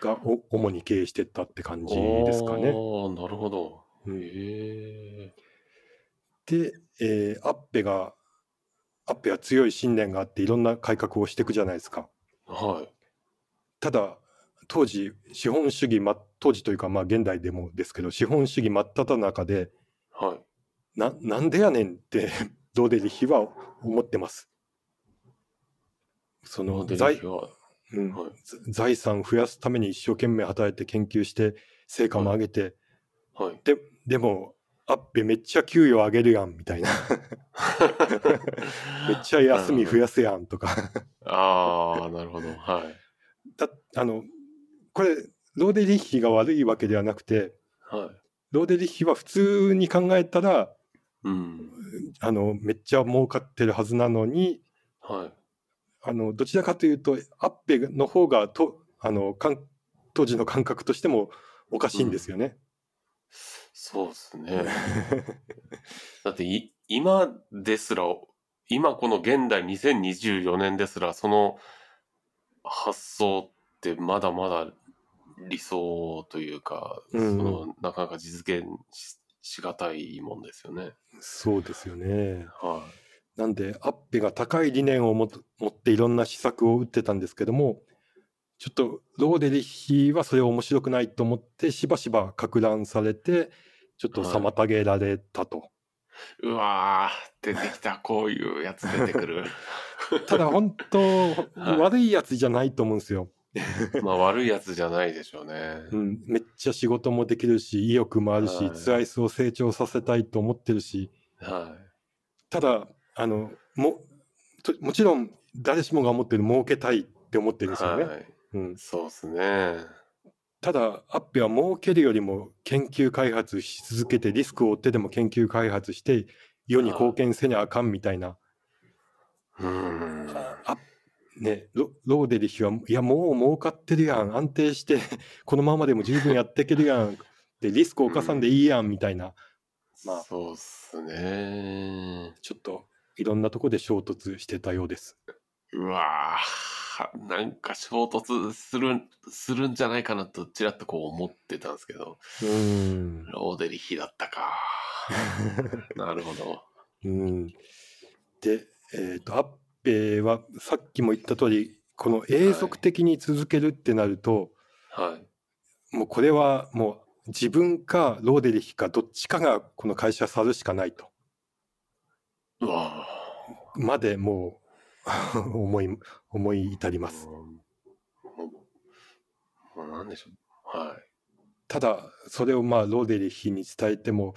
[SPEAKER 1] がお主に経営してったって感じですか
[SPEAKER 2] あ
[SPEAKER 1] ね。
[SPEAKER 2] あ、なるほど。
[SPEAKER 1] うん
[SPEAKER 2] え
[SPEAKER 1] で、えーアッペがアッペは強い信念があっていろんな改革をしていくじゃないですか。
[SPEAKER 2] ー、はい。
[SPEAKER 1] ただ当時資本主義、ま、当時というかまあ現代でもですけど資本主義真っ只中で
[SPEAKER 2] はい。
[SPEAKER 1] ななんでやねんって *laughs* ローデリヒは思ってます。そ
[SPEAKER 2] ロ
[SPEAKER 1] の
[SPEAKER 2] ーデリ
[SPEAKER 1] 財
[SPEAKER 2] ヒ,、は、
[SPEAKER 1] うん
[SPEAKER 2] はい
[SPEAKER 1] 財産増やすために一生懸命働いて研究して成果も上げて、
[SPEAKER 2] *laughs* はい。
[SPEAKER 1] ででもアッペめっちゃ給与上げるやんみたいなめっちゃ休み増やすやんとか
[SPEAKER 2] ああ、なるほど。はい。
[SPEAKER 1] *laughs* だあのこれローデリヒが悪いわけではなくて
[SPEAKER 2] はい。
[SPEAKER 1] ローデリヒは普通に考えたら
[SPEAKER 2] うん。
[SPEAKER 1] あのめっちゃ儲かってるはずなのに
[SPEAKER 2] はい。
[SPEAKER 1] あのどちらかというとアッペの方がとあのかん当時の感覚としてもおかしいんですよね。
[SPEAKER 2] そうですね。だってい、今ですら、今この現代2024年ですら、その発想ってまだまだ理想というか、
[SPEAKER 1] うん
[SPEAKER 2] そのなかなか実現ししがたいもんですよね。
[SPEAKER 1] そうですよね
[SPEAKER 2] は
[SPEAKER 1] なんでアッペが高い理念をもと持っていろんな施策を打ってたんですけどもちょっとローデリヒはそれ面白くないと思ってしばしば撹乱されてちょっと妨げられたと。
[SPEAKER 2] い。うわー、出てきた、こういうやつ出てくる。
[SPEAKER 1] ただ本当
[SPEAKER 2] *laughs* はい
[SPEAKER 1] 悪いやつじゃないと思うんですよ、
[SPEAKER 2] *laughs* まあ悪いやつじゃないでしょうね。
[SPEAKER 1] うん、めっちゃ仕事もできるし意欲もあるし、
[SPEAKER 2] はい
[SPEAKER 1] ツアイスを成長させたいと思ってるし
[SPEAKER 2] は
[SPEAKER 1] ただあのもともちろん誰しもが思ってる儲けたいって思って
[SPEAKER 2] い。
[SPEAKER 1] るんですよね、
[SPEAKER 2] はい。
[SPEAKER 1] うん、
[SPEAKER 2] そうですね。
[SPEAKER 1] ただアッペは儲けるよりも研究開発し続けてリスクを負ってでも研究開発して世に貢献せにあかんみたいな、
[SPEAKER 2] うん。
[SPEAKER 1] あね、ロローデリヒは、いや、もう儲かってるやん、安定して、このままでも十分やっていけるやん、でリスクを犯さんでいいやんみたいな、まあ
[SPEAKER 2] そうっすね。
[SPEAKER 1] ちょっといろんなとこで衝突してたようです。
[SPEAKER 2] うわぁ、なんか衝突する、するんじゃないかなと、ちらっとこう思ってたんですけど、
[SPEAKER 1] うん
[SPEAKER 2] ローデリヒだっ
[SPEAKER 1] *laughs*
[SPEAKER 2] たか。なるほど。
[SPEAKER 1] うんで、えーと、アッペはさっきも言った通り、この永続的に続けるってなると、
[SPEAKER 2] はい。
[SPEAKER 1] もうこれはもう自分かローデリヒかどっちかがこの会社去るしかないと。
[SPEAKER 2] うわ
[SPEAKER 1] までもう *laughs* 思い思い至り
[SPEAKER 2] ぁ。
[SPEAKER 1] ます
[SPEAKER 2] うんもう、もうなんでしょう。は
[SPEAKER 1] ただそれをまあローデリヒに伝えても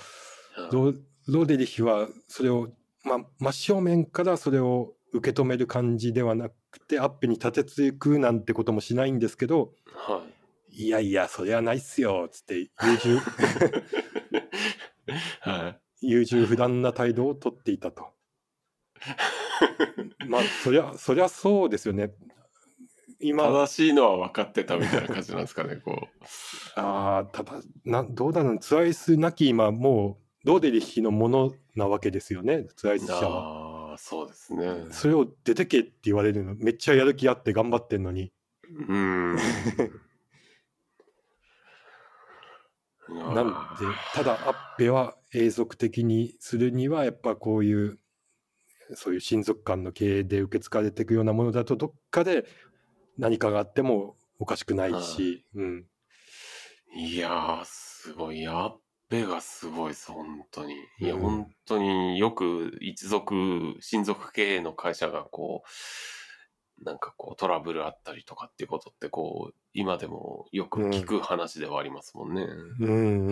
[SPEAKER 2] い。
[SPEAKER 1] ロローデリヒはそれを、まあ、真正面からそれを受け止める感じではなくてアップに立てつくなんてこともしないんですけど
[SPEAKER 2] はい
[SPEAKER 1] やいやそれはないっすよつって優柔
[SPEAKER 2] い。はい。
[SPEAKER 1] 優柔不断な態度をとっていたとまあそりゃそりゃそうですよね今
[SPEAKER 2] 正しいのは分かってたみたいな感じなんですかね、こ
[SPEAKER 1] ああ、ただな、どうだろう、ツアイスなき今、もう、ローデリヒのものなわけですよね、ツアイス
[SPEAKER 2] う。
[SPEAKER 1] 社は。
[SPEAKER 2] ああ、そうですね。
[SPEAKER 1] それを出てけって言われるの、めっちゃやる気あって頑張ってんのに、
[SPEAKER 2] うん。
[SPEAKER 1] なんで、ただ、アッペは永続的にするには、やっぱこういう、そういう親族間の経営で受け継がれていくようなものだと、どっかで何かがあってもおかしくないし、うん、
[SPEAKER 2] いやー、すごい。やっべがすごいです、本当に。いや、
[SPEAKER 1] うん
[SPEAKER 2] 本当によく一族、親族経営の会社がこなんかこうトラブルあったりとかっていうことってこう今でもよく聞く話ではありますもんね。
[SPEAKER 1] うんうんうん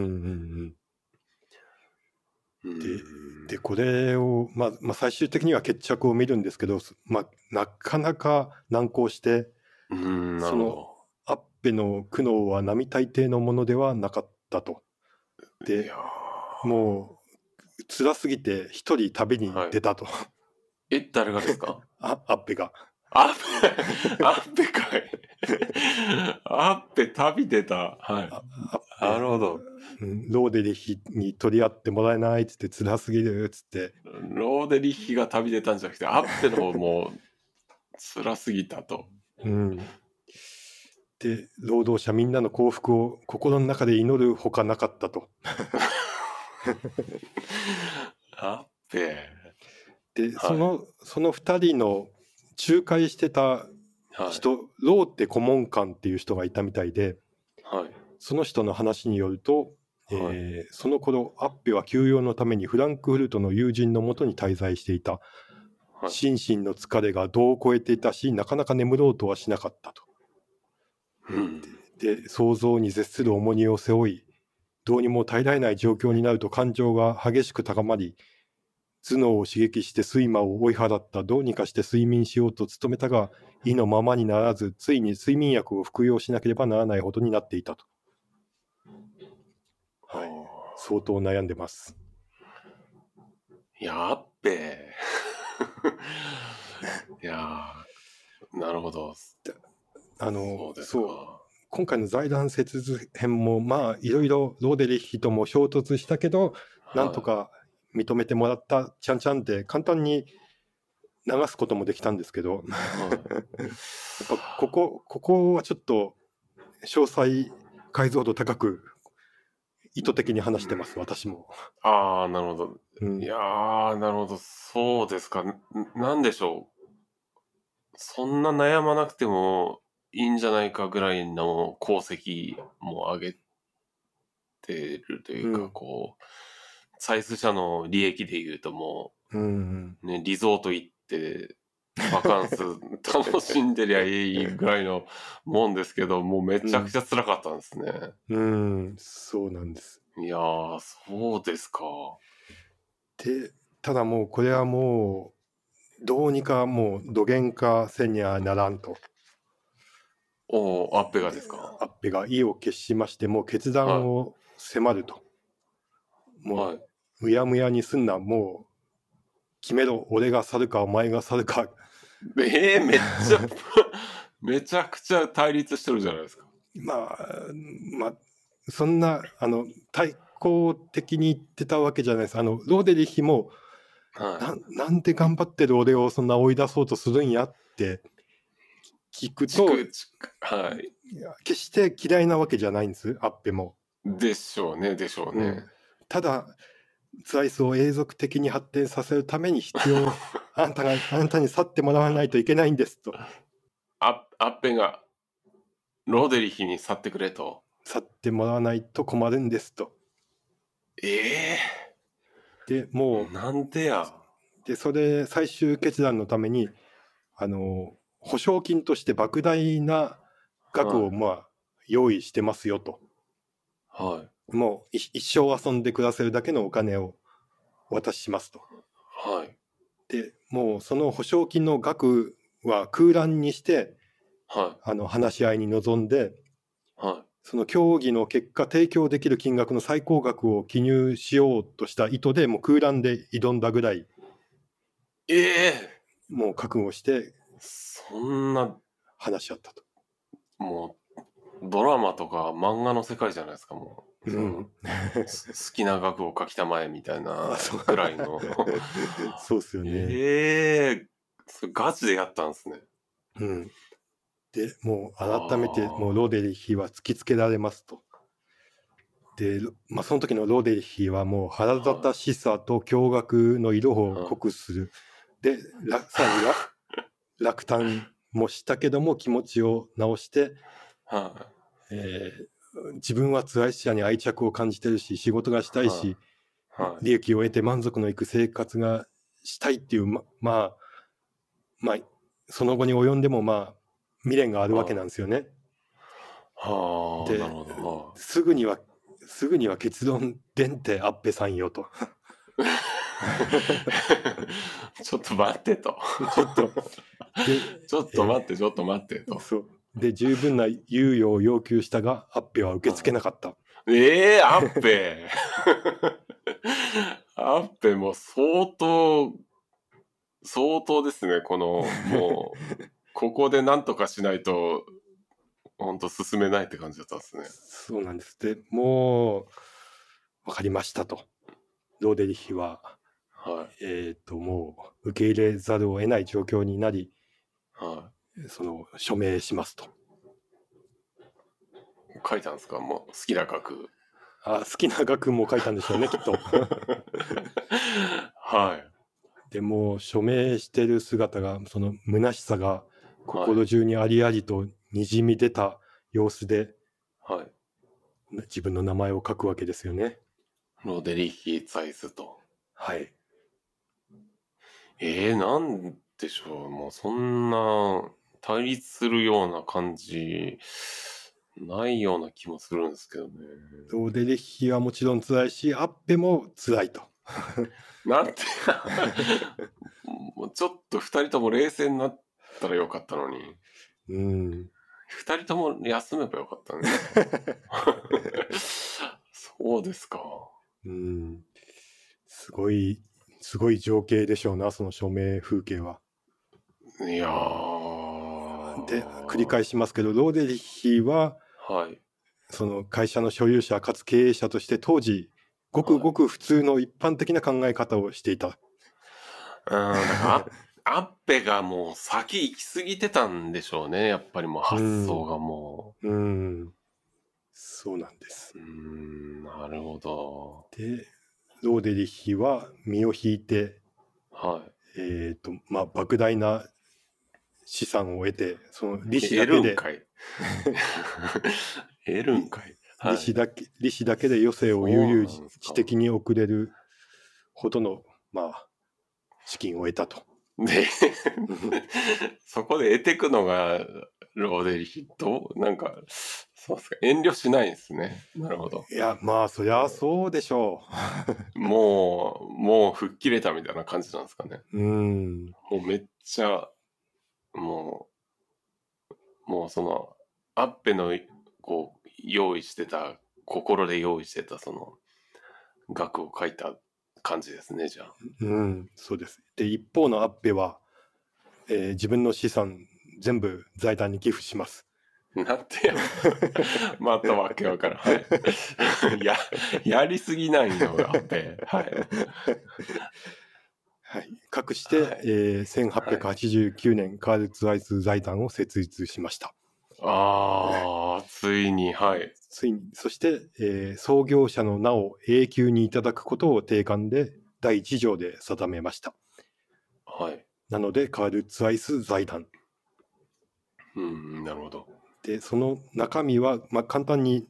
[SPEAKER 2] う
[SPEAKER 1] う
[SPEAKER 2] ん
[SPEAKER 1] ん、でこれを、まあまあ、最終的には決着を見るんですけど、すまあ、なかなか難航して
[SPEAKER 2] うん、なるほ
[SPEAKER 1] アッペの苦悩は並大抵のものではなかったと。
[SPEAKER 2] ど。い
[SPEAKER 1] で
[SPEAKER 2] や
[SPEAKER 1] もう辛すぎて一人旅に出たと、
[SPEAKER 2] ーえ、誰がですか
[SPEAKER 1] あアッペが。
[SPEAKER 2] *laughs* アッペ、 *laughs* アッペかい。アッペ旅出た。はい。
[SPEAKER 1] あア
[SPEAKER 2] な
[SPEAKER 1] ッペ
[SPEAKER 2] るほど。
[SPEAKER 1] うんローデリヒに取り合ってもらえないっつって辛すぎるっつって
[SPEAKER 2] ローデリッヒが旅出たんじゃなくて、アッペの方も辛すぎたと。
[SPEAKER 1] うん、で労働者みんなの幸福を心の中で祈るほかなかったと
[SPEAKER 2] アッペ。
[SPEAKER 1] でその,、その2人の仲介してた
[SPEAKER 2] はい。
[SPEAKER 1] 人、ローテ顧問官っていう人がいたみたいで
[SPEAKER 2] はい。
[SPEAKER 1] その人の話によると、えー
[SPEAKER 2] は
[SPEAKER 1] その頃アッペは休養のためにフランクフルトの友人のもとに滞在していた、
[SPEAKER 2] はい
[SPEAKER 1] 心身の疲れが度を超えていたしなかなか眠ろうとはしなかったと。
[SPEAKER 2] うん。
[SPEAKER 1] で想像に絶する重荷を背負いどうにも耐えられない状況になると感情が激しく高まり頭脳を刺激して睡魔を追い払ったどうにかして睡眠しようと努めたが意のままにならずついに睡眠薬を服用しなければならないほどになっていたとはい相当悩んでます
[SPEAKER 2] いやっべ。 *laughs* いやーなるほど。
[SPEAKER 1] あ
[SPEAKER 2] そ
[SPEAKER 1] の
[SPEAKER 2] うです
[SPEAKER 1] そう
[SPEAKER 2] か。
[SPEAKER 1] 今回の財団設立編もまあいろいろローデリッヒとも衝突したけどなんとか認めてもらったちゃんちゃんって簡単に流すこともできたんですけど、やっ
[SPEAKER 2] *laughs* はい。
[SPEAKER 1] ぱここ、ここはちょっと詳細解像度高く意図的に話してます、私も。
[SPEAKER 2] ああ、なるほど。
[SPEAKER 1] うん
[SPEAKER 2] いやー、なるほど。そうですか。んなんでしょう。そんな悩まなくてもいいんじゃないかぐらいの功績も上げてるというか、
[SPEAKER 1] うん
[SPEAKER 2] こう、採取者の利益で言うとも
[SPEAKER 1] うん、
[SPEAKER 2] う、ね、リゾート行って、バカンス楽しんでりゃいいぐらいのもんですけど、もうめちゃくちゃ辛かったんですね。
[SPEAKER 1] うん、そうなんです。
[SPEAKER 2] いやー、そうですか。
[SPEAKER 1] で、ただもうこれはもう、どうにかもう土幻化せにゃならんと、
[SPEAKER 2] おおアッペがですか。
[SPEAKER 1] アッペが意を決しまして、もう決断を迫ると。もう
[SPEAKER 2] はい。
[SPEAKER 1] むやむやにすんな、もう、決めろ、俺が去るか、お前が去るか。 *laughs*
[SPEAKER 2] ええめっちゃ、めちゃくちゃ対立してるじゃないですか。
[SPEAKER 1] まあ、まあ、そんな、あの、対抗的に言ってたわけじゃないです。あの、ローデリヒも、な
[SPEAKER 2] は
[SPEAKER 1] なんで頑張ってる俺をそんな追い出そうとするんやって聞く
[SPEAKER 2] い。チ
[SPEAKER 1] と、
[SPEAKER 2] クチク、はい。
[SPEAKER 1] いや決して嫌いなわけじゃないんです、アッペも。
[SPEAKER 2] でしょうね、でしょう
[SPEAKER 1] うん
[SPEAKER 2] ね。
[SPEAKER 1] ただ、スライスを永続的に発展させるために必 *laughs* 要、あんたが、あんたに去ってもらわないといけないんですと。
[SPEAKER 2] あアッペンが、ローデリヒに去ってくれと。
[SPEAKER 1] 去ってもらわないと困るんですと。
[SPEAKER 2] え
[SPEAKER 1] で
[SPEAKER 2] え
[SPEAKER 1] もう
[SPEAKER 2] なんでや。
[SPEAKER 1] でそれ最終決断のためにあの保証金として莫大な額
[SPEAKER 2] は
[SPEAKER 1] をまあ用意してますよと、
[SPEAKER 2] はい。
[SPEAKER 1] もうい一生遊んで暮らせるだけのお金をお渡ししますと
[SPEAKER 2] はい。
[SPEAKER 1] でもうその保証金の額は空欄にして
[SPEAKER 2] は
[SPEAKER 1] あの話し合いに臨んで
[SPEAKER 2] い。は
[SPEAKER 1] その協議の結果提供できる金額の最高額を記入しようとした意図でもう空欄で挑んだぐらい
[SPEAKER 2] い。ええ
[SPEAKER 1] もう覚悟して
[SPEAKER 2] そんな、
[SPEAKER 1] 話し合ったと。
[SPEAKER 2] もう、ドラマとか漫画の世界じゃないですか、もう。
[SPEAKER 1] うん
[SPEAKER 2] そのす好 *laughs* きな額を書きたまえみたいな
[SPEAKER 1] あそう
[SPEAKER 2] ぐらいの。
[SPEAKER 1] そうっすよね。
[SPEAKER 2] ええそれガチでやったんですね。
[SPEAKER 1] うん、でもう改めて
[SPEAKER 2] あー
[SPEAKER 1] もうローデリヒは突きつけられますと。で、ロまあ、その時のローデリヒはもう腹立たしさと驚愕の色を濃くする。で、らさらに
[SPEAKER 2] *laughs*
[SPEAKER 1] ら落胆もしたけども気持ちを直して、
[SPEAKER 2] は
[SPEAKER 1] えー自分はツアイシアに愛着を感じてるし仕事がしたいし、
[SPEAKER 2] い。はい。
[SPEAKER 1] 利益を得て満足のいく生活がしたいっていうままあまあその後に及んでもまあ未練があるわけなんですよね。
[SPEAKER 2] はあ、
[SPEAKER 1] で
[SPEAKER 2] なるほど。
[SPEAKER 1] すぐにはすぐには結論でんてあっぺさんよと
[SPEAKER 2] *laughs* ちょっと待ってと。
[SPEAKER 1] ちょっと
[SPEAKER 2] ちょっと待って、ちょっと待って
[SPEAKER 1] で
[SPEAKER 2] と。
[SPEAKER 1] そうで十分な猶予を要求したがあっぺは受け付けなかった。
[SPEAKER 2] ええアッペアッペも相当、相当ですね、この、もう、ここで何とかしないと、ほんと進めないって感じだったんですね。
[SPEAKER 1] そうなんですでもう分かりましたとローデリヒは、
[SPEAKER 2] は
[SPEAKER 1] えー、ともう受け入れざるを得ない状況になり
[SPEAKER 2] い。は
[SPEAKER 1] その署名しますと
[SPEAKER 2] い。書いたんですかもう、好きな書く。
[SPEAKER 1] あ好きな額も書いたんでしょうねきっと。
[SPEAKER 2] はい。
[SPEAKER 1] でもう署名してる姿がその虚しさが心中にありありとにじみ出た様子で、
[SPEAKER 2] はい。はい。
[SPEAKER 1] 自分の名前を書くわけですよね。
[SPEAKER 2] ロデリヒ・ザイズと。
[SPEAKER 1] はい、
[SPEAKER 2] ええなんでしょう。もうそんな対立するような感じないような気もするんですけどね。
[SPEAKER 1] ローデリッヒはもちろん辛いしアッペも辛いと。
[SPEAKER 2] なんて、も *laughs* うちょっと二人とも冷静になったらよかったのに。
[SPEAKER 1] うん
[SPEAKER 2] 二人とも休めばよかった
[SPEAKER 1] *laughs*
[SPEAKER 2] ね。そうですか。
[SPEAKER 1] うん、すごいすごい情景でしょうなその署名風景は。
[SPEAKER 2] いやー。
[SPEAKER 1] で繰り返しますけどローデリッヒは
[SPEAKER 2] はい。
[SPEAKER 1] その会社の所有者かつ経営者として当時ごくごく普通の一般的な考え方をしていた。
[SPEAKER 2] うん、だからあアッペがもう先行き過ぎてたんでしょうね。やっぱりもう発想がも
[SPEAKER 1] うん、そうなんです。
[SPEAKER 2] う。うーん、なるほど。
[SPEAKER 1] で、ローデリヒは身を引いて、
[SPEAKER 2] はい。
[SPEAKER 1] えっ、と、まあ、莫大な資産を得て、その利子だ
[SPEAKER 2] 得
[SPEAKER 1] け
[SPEAKER 2] る
[SPEAKER 1] で *laughs*
[SPEAKER 2] ん、かい。得るんかい。はい
[SPEAKER 1] 利子だけ利子だけで余生を悠々
[SPEAKER 2] そうなんですか
[SPEAKER 1] 自的に送れるほどの、まあ、資金を得た
[SPEAKER 2] *laughs*
[SPEAKER 1] と。
[SPEAKER 2] で、そこで得てくのが、ローデリヒと、なんか、そうですか、遠慮しないんですね。なるほど。
[SPEAKER 1] いや、まあ、そりゃそうでしょ
[SPEAKER 2] もう、もう吹っ切れたみたいな感じなんですかね。
[SPEAKER 1] う。うん、
[SPEAKER 2] もうめっちゃ、もう、もうその、アッペの、こう、用意してた、心で用意してた、その、額を書いた感じですね、じゃあ。
[SPEAKER 1] うん、そうです。で、一方のアッペは、えー自分の資産全部財団に寄付します。
[SPEAKER 2] なんてや、 *laughs* またわけわからん。 *laughs* はい、や、やりすぎないのがあって、はい。
[SPEAKER 1] はい、かくして、
[SPEAKER 2] はい
[SPEAKER 1] えー1889年、カール・ツワイス財団を設立しました。
[SPEAKER 2] ああ、ついに、はい。
[SPEAKER 1] ついに、そして、えー創業者の名を永久にいただくことを定款で第1条で定めました。
[SPEAKER 2] はい。
[SPEAKER 1] なので、カール・ツワイス財団。
[SPEAKER 2] うん、なるほど。
[SPEAKER 1] で、その中身は、まあ、簡単に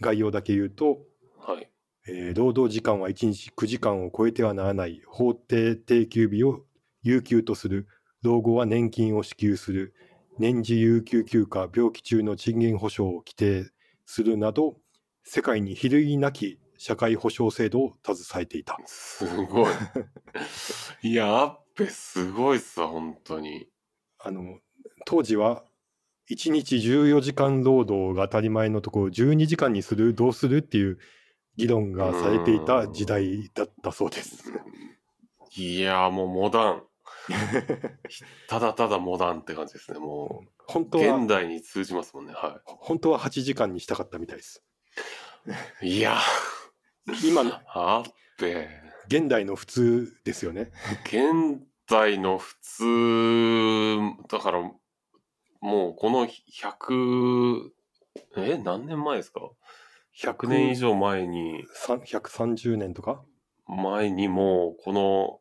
[SPEAKER 1] 概要だけ言うと、
[SPEAKER 2] はい。
[SPEAKER 1] えー労働時間は1日9時間を超えてはならない法定定休日を有給とする老後は年金を支給する年次有給休暇病気中の賃金保障を規定するなど世界に比類なき社会保障制度を携えていた
[SPEAKER 2] すごい。いや、アッペすごいっすわ、本当に。
[SPEAKER 1] あの当時は1日14時間労働が当たり前のところ12時間にするどうするっていう議論がされていた時代だったそうです。
[SPEAKER 2] いや、もうモダ
[SPEAKER 1] *laughs*
[SPEAKER 2] ン。ただただモダンって感じですね。も
[SPEAKER 1] 本当
[SPEAKER 2] う、
[SPEAKER 1] は
[SPEAKER 2] 現代に通じますもんね。は
[SPEAKER 1] 本当は8時間にしたかったみたいです。
[SPEAKER 2] い。いや、
[SPEAKER 1] 今の
[SPEAKER 2] アッペ。
[SPEAKER 1] 現代の普通ですよね。
[SPEAKER 2] 現代の普通、だから、もうこの100、え、何年前ですか ?100 年以上前に、
[SPEAKER 1] さん130年とか
[SPEAKER 2] 前にもうこの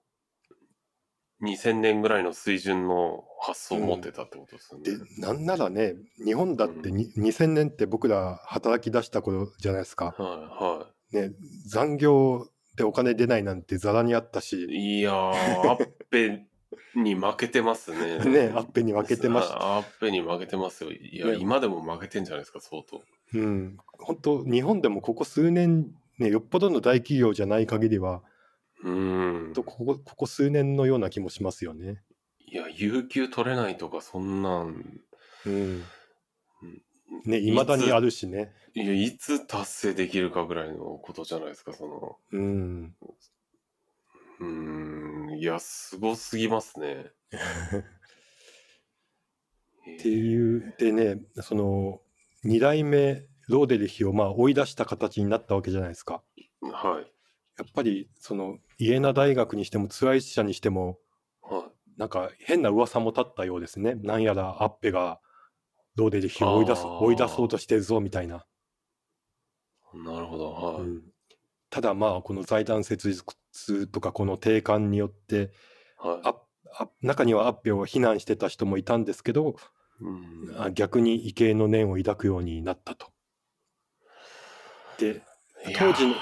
[SPEAKER 2] 2000年ぐらいの水準の発想を持ってたってことですよね。
[SPEAKER 1] でなんならね日本だってに2000年って僕ら働き出した頃じゃないですか、
[SPEAKER 2] はいは
[SPEAKER 1] ね、残業でお金出ないなんてざらにあったし *laughs*
[SPEAKER 2] い。いやー、アッペに負けてますね。
[SPEAKER 1] ね、アッペに負けてまし
[SPEAKER 2] あアッペに負けてますよ。いや、
[SPEAKER 1] ね
[SPEAKER 2] 今でも負けてんじゃないですか、相当。
[SPEAKER 1] うん、本当日本でもここ数年、ね、よっぽどの大企業じゃない限りは、
[SPEAKER 2] うーん。
[SPEAKER 1] とここここ数年のような気もしますよね。
[SPEAKER 2] いや、有給取れないとか、そんなん、
[SPEAKER 1] うんね、いまだにあるしね。
[SPEAKER 2] いや、いつ達成できるかぐらいのことじゃないですか、その。
[SPEAKER 1] うん、
[SPEAKER 2] うーん、いや、すごすぎます
[SPEAKER 1] *laughs*
[SPEAKER 2] ね。
[SPEAKER 1] っていうでねその2代目ローデリヒをまあ追い出した形になったわけじゃないですか。
[SPEAKER 2] はい。
[SPEAKER 1] やっぱりそのイエナ大学にしてもツアイス社にしても
[SPEAKER 2] は
[SPEAKER 1] なんか変な噂も立ったようですね。なんやらアッペがローデリヒを追い出す
[SPEAKER 2] あー
[SPEAKER 1] 追い出そうとしてるぞみたいな。
[SPEAKER 2] い。なるほど。はい。
[SPEAKER 1] うんただまあこの財団設立とかこの定款によって
[SPEAKER 2] はい。
[SPEAKER 1] ああ中にはアッペを非難してた人もいたんですけど
[SPEAKER 2] うん
[SPEAKER 1] あ逆に畏敬の念を抱くようになったと。で当時の
[SPEAKER 2] いや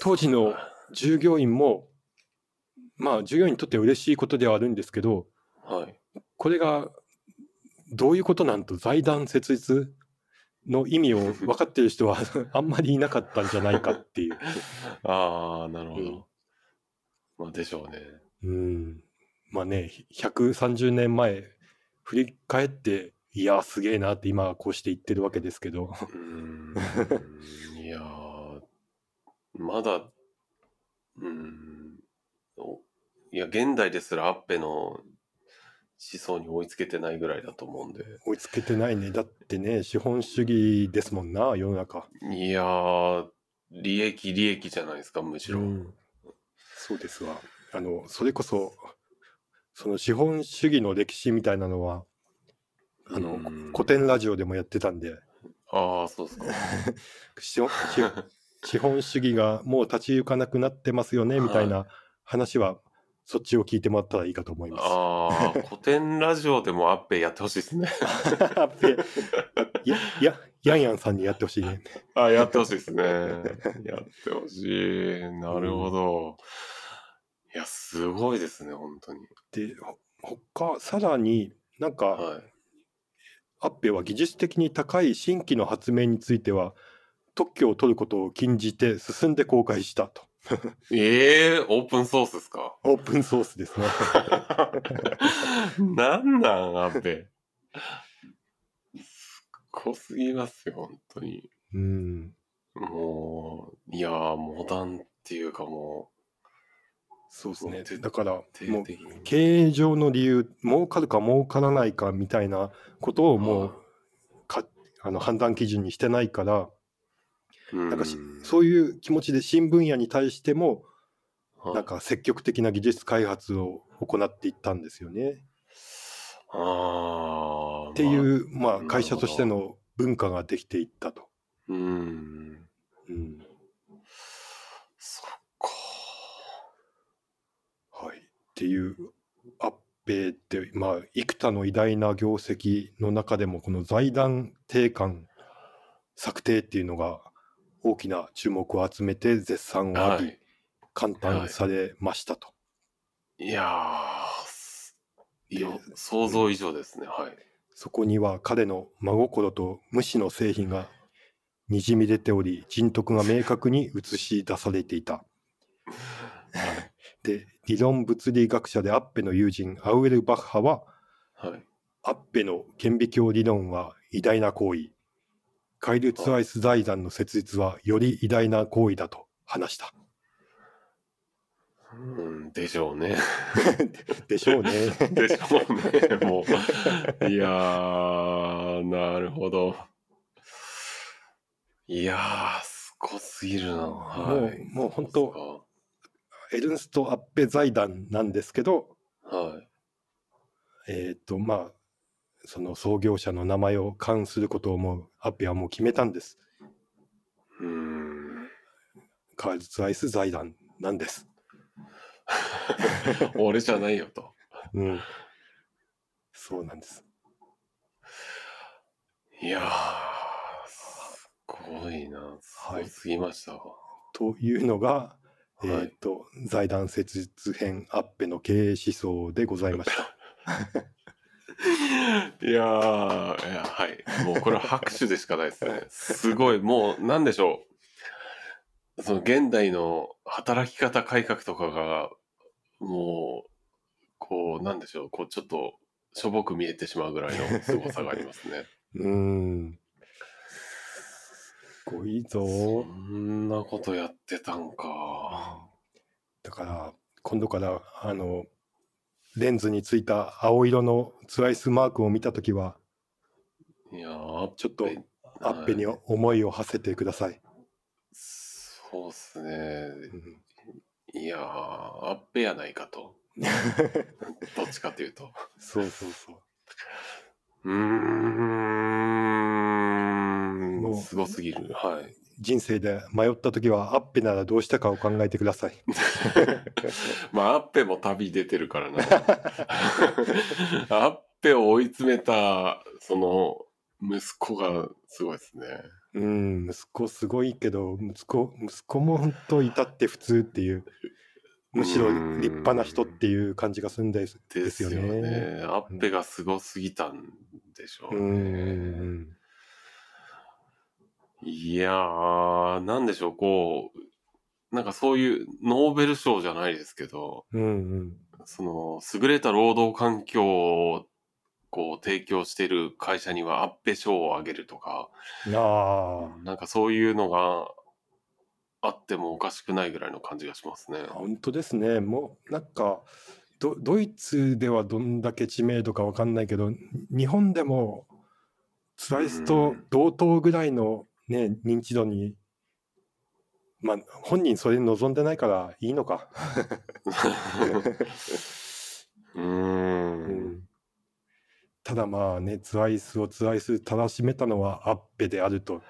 [SPEAKER 1] 当時の従業員もまあ従業員にとっては嬉しいことではあるんですけど
[SPEAKER 2] ーはい。
[SPEAKER 1] これがどういうことなんと財団設立の意味を分かってる人は *laughs* あんまりいなかったんじゃないかっていう。
[SPEAKER 2] *laughs* ああ、なるほ
[SPEAKER 1] うん
[SPEAKER 2] ど。まあ、でしょ
[SPEAKER 1] *laughs*
[SPEAKER 2] うね。
[SPEAKER 1] うん、まあね130年前振り返っていやすげえなって今はこうして言ってるわけですけど、
[SPEAKER 2] うーんいやーまだ、うーん、おいや、現代ですらアッペの思想に追いつけてないぐらいだと思うんで。
[SPEAKER 1] 追いつけてないねだってね資本主義ですもんな世の中
[SPEAKER 2] いやー、利益、利益じゃないですか、むしろ。
[SPEAKER 1] うんそうですわあのそれこそその資本主義の歴史みたいなのはあの、
[SPEAKER 2] うん
[SPEAKER 1] 古典ラジオでもやってたんで
[SPEAKER 2] ああ、そうですか。
[SPEAKER 1] 資本資
[SPEAKER 2] *laughs*
[SPEAKER 1] 資本主義がもう立ち行かなくなってますよねみたいな話は、そっちを聞いてもらったらいいかと思います。
[SPEAKER 2] ああ、古典ラジオでもアッペやってほしいですね。
[SPEAKER 1] アッペいや、いや、ヤンヤンさんにやってほしいね。
[SPEAKER 2] あ、やってほしいです
[SPEAKER 1] *laughs*
[SPEAKER 2] ね。やってほしい。なるほど。いや、すごいですね、本当に。
[SPEAKER 1] で、ほ他、さらになんか、
[SPEAKER 2] はい。
[SPEAKER 1] アッペは技術的に高い新規の発明については、特許を取ることを禁じて進んで公開したと。
[SPEAKER 2] ええオープンソースですか *laughs*
[SPEAKER 1] オープンソースですね。
[SPEAKER 2] なんなん、アベ。すっごすぎますよ、本当に。
[SPEAKER 1] *laughs* うん。
[SPEAKER 2] もう、いやー、モダンっていうかも
[SPEAKER 1] そうですね
[SPEAKER 2] 徹。底
[SPEAKER 1] だから、も
[SPEAKER 2] う、定
[SPEAKER 1] う、
[SPEAKER 2] 的に。
[SPEAKER 1] 経営上の理由、儲かるか儲からないかみたいなことをもう、かあの判断基準にしてないから、
[SPEAKER 2] うん、
[SPEAKER 1] なんかしそういう気持ちで新分野に対しても、
[SPEAKER 2] う
[SPEAKER 1] なんか積極的な技術開発を行っていったんですよね。
[SPEAKER 2] あー
[SPEAKER 1] ってい、う、まあ
[SPEAKER 2] なるほど
[SPEAKER 1] 会社としての文化ができていったと。
[SPEAKER 2] まあうん。
[SPEAKER 1] うん
[SPEAKER 2] そっか。
[SPEAKER 1] はい、っていうアッペって、まあ、幾多の偉大な業績の中でもこの財団定款策定っていうのが大きな注目を集めて絶賛を
[SPEAKER 2] は
[SPEAKER 1] 浴び、
[SPEAKER 2] い。
[SPEAKER 1] 簡単されましたと。
[SPEAKER 2] いやーすいや、想像以上ですね、はい。
[SPEAKER 1] そこには彼の真心と無視の製品がにじみ出ており人徳が明確に映し出されていた。で理論物理学者でアッペの友人アウエル・バッハは
[SPEAKER 2] はい。
[SPEAKER 1] アッペの顕微鏡理論は偉大な行為カイル・ツワイス財団の設立はより偉大な行為だと話
[SPEAKER 2] *laughs*
[SPEAKER 1] した。
[SPEAKER 2] うん、でしょうね。
[SPEAKER 1] でしょうね。
[SPEAKER 2] *laughs* でしょうね、もう。 *laughs* いやー、なるほど。いやー、すごすぎるな。
[SPEAKER 1] も
[SPEAKER 2] は
[SPEAKER 1] う
[SPEAKER 2] い。
[SPEAKER 1] もう本当エルンスト・アッペ財団なんですけど
[SPEAKER 2] 当。はい。
[SPEAKER 1] えっ、とまあその創業者の名前を冠することをもうアッペはもう決めたんです。
[SPEAKER 2] うーん。
[SPEAKER 1] カールツアイス財団なんです。
[SPEAKER 2] 俺じゃないよと。
[SPEAKER 1] うん。そうなんです。
[SPEAKER 2] いやー、すごいな。すごすぎましたわ。
[SPEAKER 1] というのがえーっと財団設立編アッペの経営思想でございました。
[SPEAKER 2] いやーいやはいもうこれは拍手でしかないですねすごいもう何でしょうその現代の働き方改革とかがもうこうなんでしょうこうちょっとしょぼく見えてしまうぐらいの凄さがありま
[SPEAKER 1] *laughs*
[SPEAKER 2] すね
[SPEAKER 1] うーん。すごい
[SPEAKER 2] そ
[SPEAKER 1] ぞ。
[SPEAKER 2] んなことやってたんか
[SPEAKER 1] だから今度からあのレンズについた青色のツアイスマークを見たときはい
[SPEAKER 2] やー
[SPEAKER 1] ちょっと
[SPEAKER 2] はい
[SPEAKER 1] アッペに思いを馳せてください。
[SPEAKER 2] そうっすね
[SPEAKER 1] うん *laughs*
[SPEAKER 2] いやーアッペやないかとどっちかというと
[SPEAKER 1] そうそうそう。
[SPEAKER 2] うー
[SPEAKER 1] も
[SPEAKER 2] ん
[SPEAKER 1] う
[SPEAKER 2] すごすぎる。はい。
[SPEAKER 1] 人生で迷ったときはアッペならどうしたかを考えてください。 *laughs*
[SPEAKER 2] まあ、アッペも旅出てるからな。
[SPEAKER 1] *laughs*
[SPEAKER 2] アッペを追い詰めた、その、息子がすごいですね。
[SPEAKER 1] うん、息子すごいけど、息子、息子も本当至って普通っていう、むしろ
[SPEAKER 2] うん
[SPEAKER 1] 立派な人っていう感じがするんです
[SPEAKER 2] ですよね。
[SPEAKER 1] ですよね
[SPEAKER 2] アッペがすごすぎたんでしょ
[SPEAKER 1] うん
[SPEAKER 2] う
[SPEAKER 1] う
[SPEAKER 2] ね。
[SPEAKER 1] ん
[SPEAKER 2] いやー、なんでしょう、こう、なんかそういうノーベル賞じゃないですけど、
[SPEAKER 1] うん。うんうん。
[SPEAKER 2] その、優れた労働環境を、こう、提供している会社にはアッペ賞をあげるとか、
[SPEAKER 1] あ
[SPEAKER 2] なんかそういうのがあってもおかしくないぐらいの感じがしますね
[SPEAKER 1] あ、。本当ですね。もう、なんか、ドドイツではどんだけ知名度かわかんないけど、日本でも、スライスと同等ぐらいのね、認知度に、まあ、本人それ望んでないからいいのか。
[SPEAKER 2] うーん。
[SPEAKER 1] ただまあね、ツアイスをツアイスたらしめたのはアッペであると、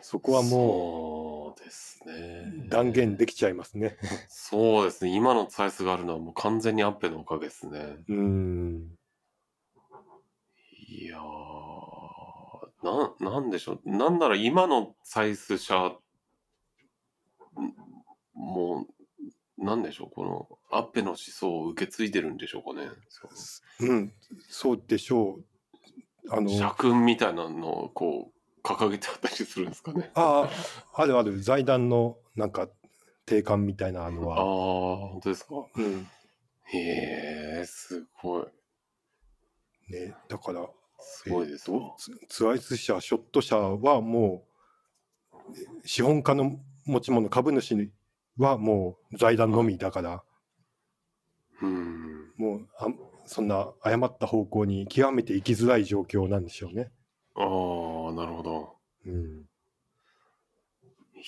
[SPEAKER 1] そこはも
[SPEAKER 2] そうですね。
[SPEAKER 1] う断言できちゃいますね。
[SPEAKER 2] そうですね。今のサイズがあるのはもう完全にアッペのおかげですね。
[SPEAKER 1] うん。
[SPEAKER 2] いやー、な、なんでしょう。なんなら今の採数社、んもう、なんでしょう。この、アッペの思想を受け継いでるんでしょうかね。
[SPEAKER 1] うん、そうでしょう。あの、
[SPEAKER 2] 社訓みたいなのを、こう、掲げてあったりするんですかね。
[SPEAKER 1] ああ、あるある、財団のなんか定款みたいなの
[SPEAKER 2] ああ
[SPEAKER 1] は。、
[SPEAKER 2] 本当ですか。
[SPEAKER 1] うん。
[SPEAKER 2] へえ、すごい。
[SPEAKER 1] ね、だから、
[SPEAKER 2] すごいです
[SPEAKER 1] え
[SPEAKER 2] わ
[SPEAKER 1] っとツツアイス社、ショット社はもう、資本家の持ち物、株主はもう財団のみだから。
[SPEAKER 2] うん。
[SPEAKER 1] もうあそんな誤った方向に極めて行きづらい状況なんでしょうね。
[SPEAKER 2] ああ、なるほど。
[SPEAKER 1] うん、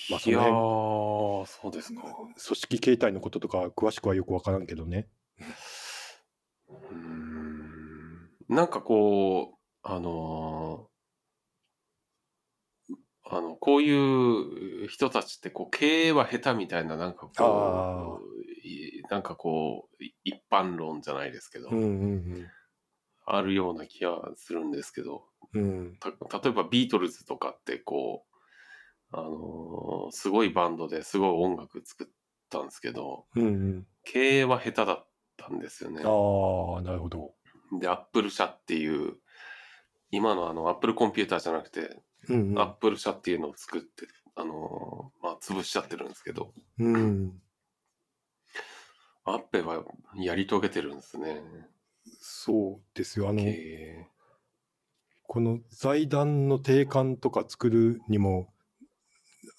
[SPEAKER 1] まあ
[SPEAKER 2] いやー、そうですか。
[SPEAKER 1] 組織形態のこととか詳しくはよく分からんけどね。
[SPEAKER 2] うーんなんかこう、あのーあの、こういう人たちって、こう、経営は下手みたいな、なんか
[SPEAKER 1] あ
[SPEAKER 2] こう、いなんかこう、い一般論じゃないですけど、
[SPEAKER 1] うんうん
[SPEAKER 2] あるような気がするんですけど、
[SPEAKER 1] うん。うん
[SPEAKER 2] た例えばビートルズとかって、こう、あのーすごいバンドですごい音楽作ったんですけど、
[SPEAKER 1] うんうん。
[SPEAKER 2] 経営は下手だったんですよね。
[SPEAKER 1] ああ、なるほど。
[SPEAKER 2] で、アップル社っていう、今のあの、アップルコンピューターじゃなくて、
[SPEAKER 1] うんうん
[SPEAKER 2] アップル社っていうのを作って、あのーまあ、潰しちゃってるんですけど、
[SPEAKER 1] うん、
[SPEAKER 2] アッペはやり遂げてるんですね。
[SPEAKER 1] そうですよ。あの
[SPEAKER 2] 経、営。
[SPEAKER 1] この財団の定款とか作るにも、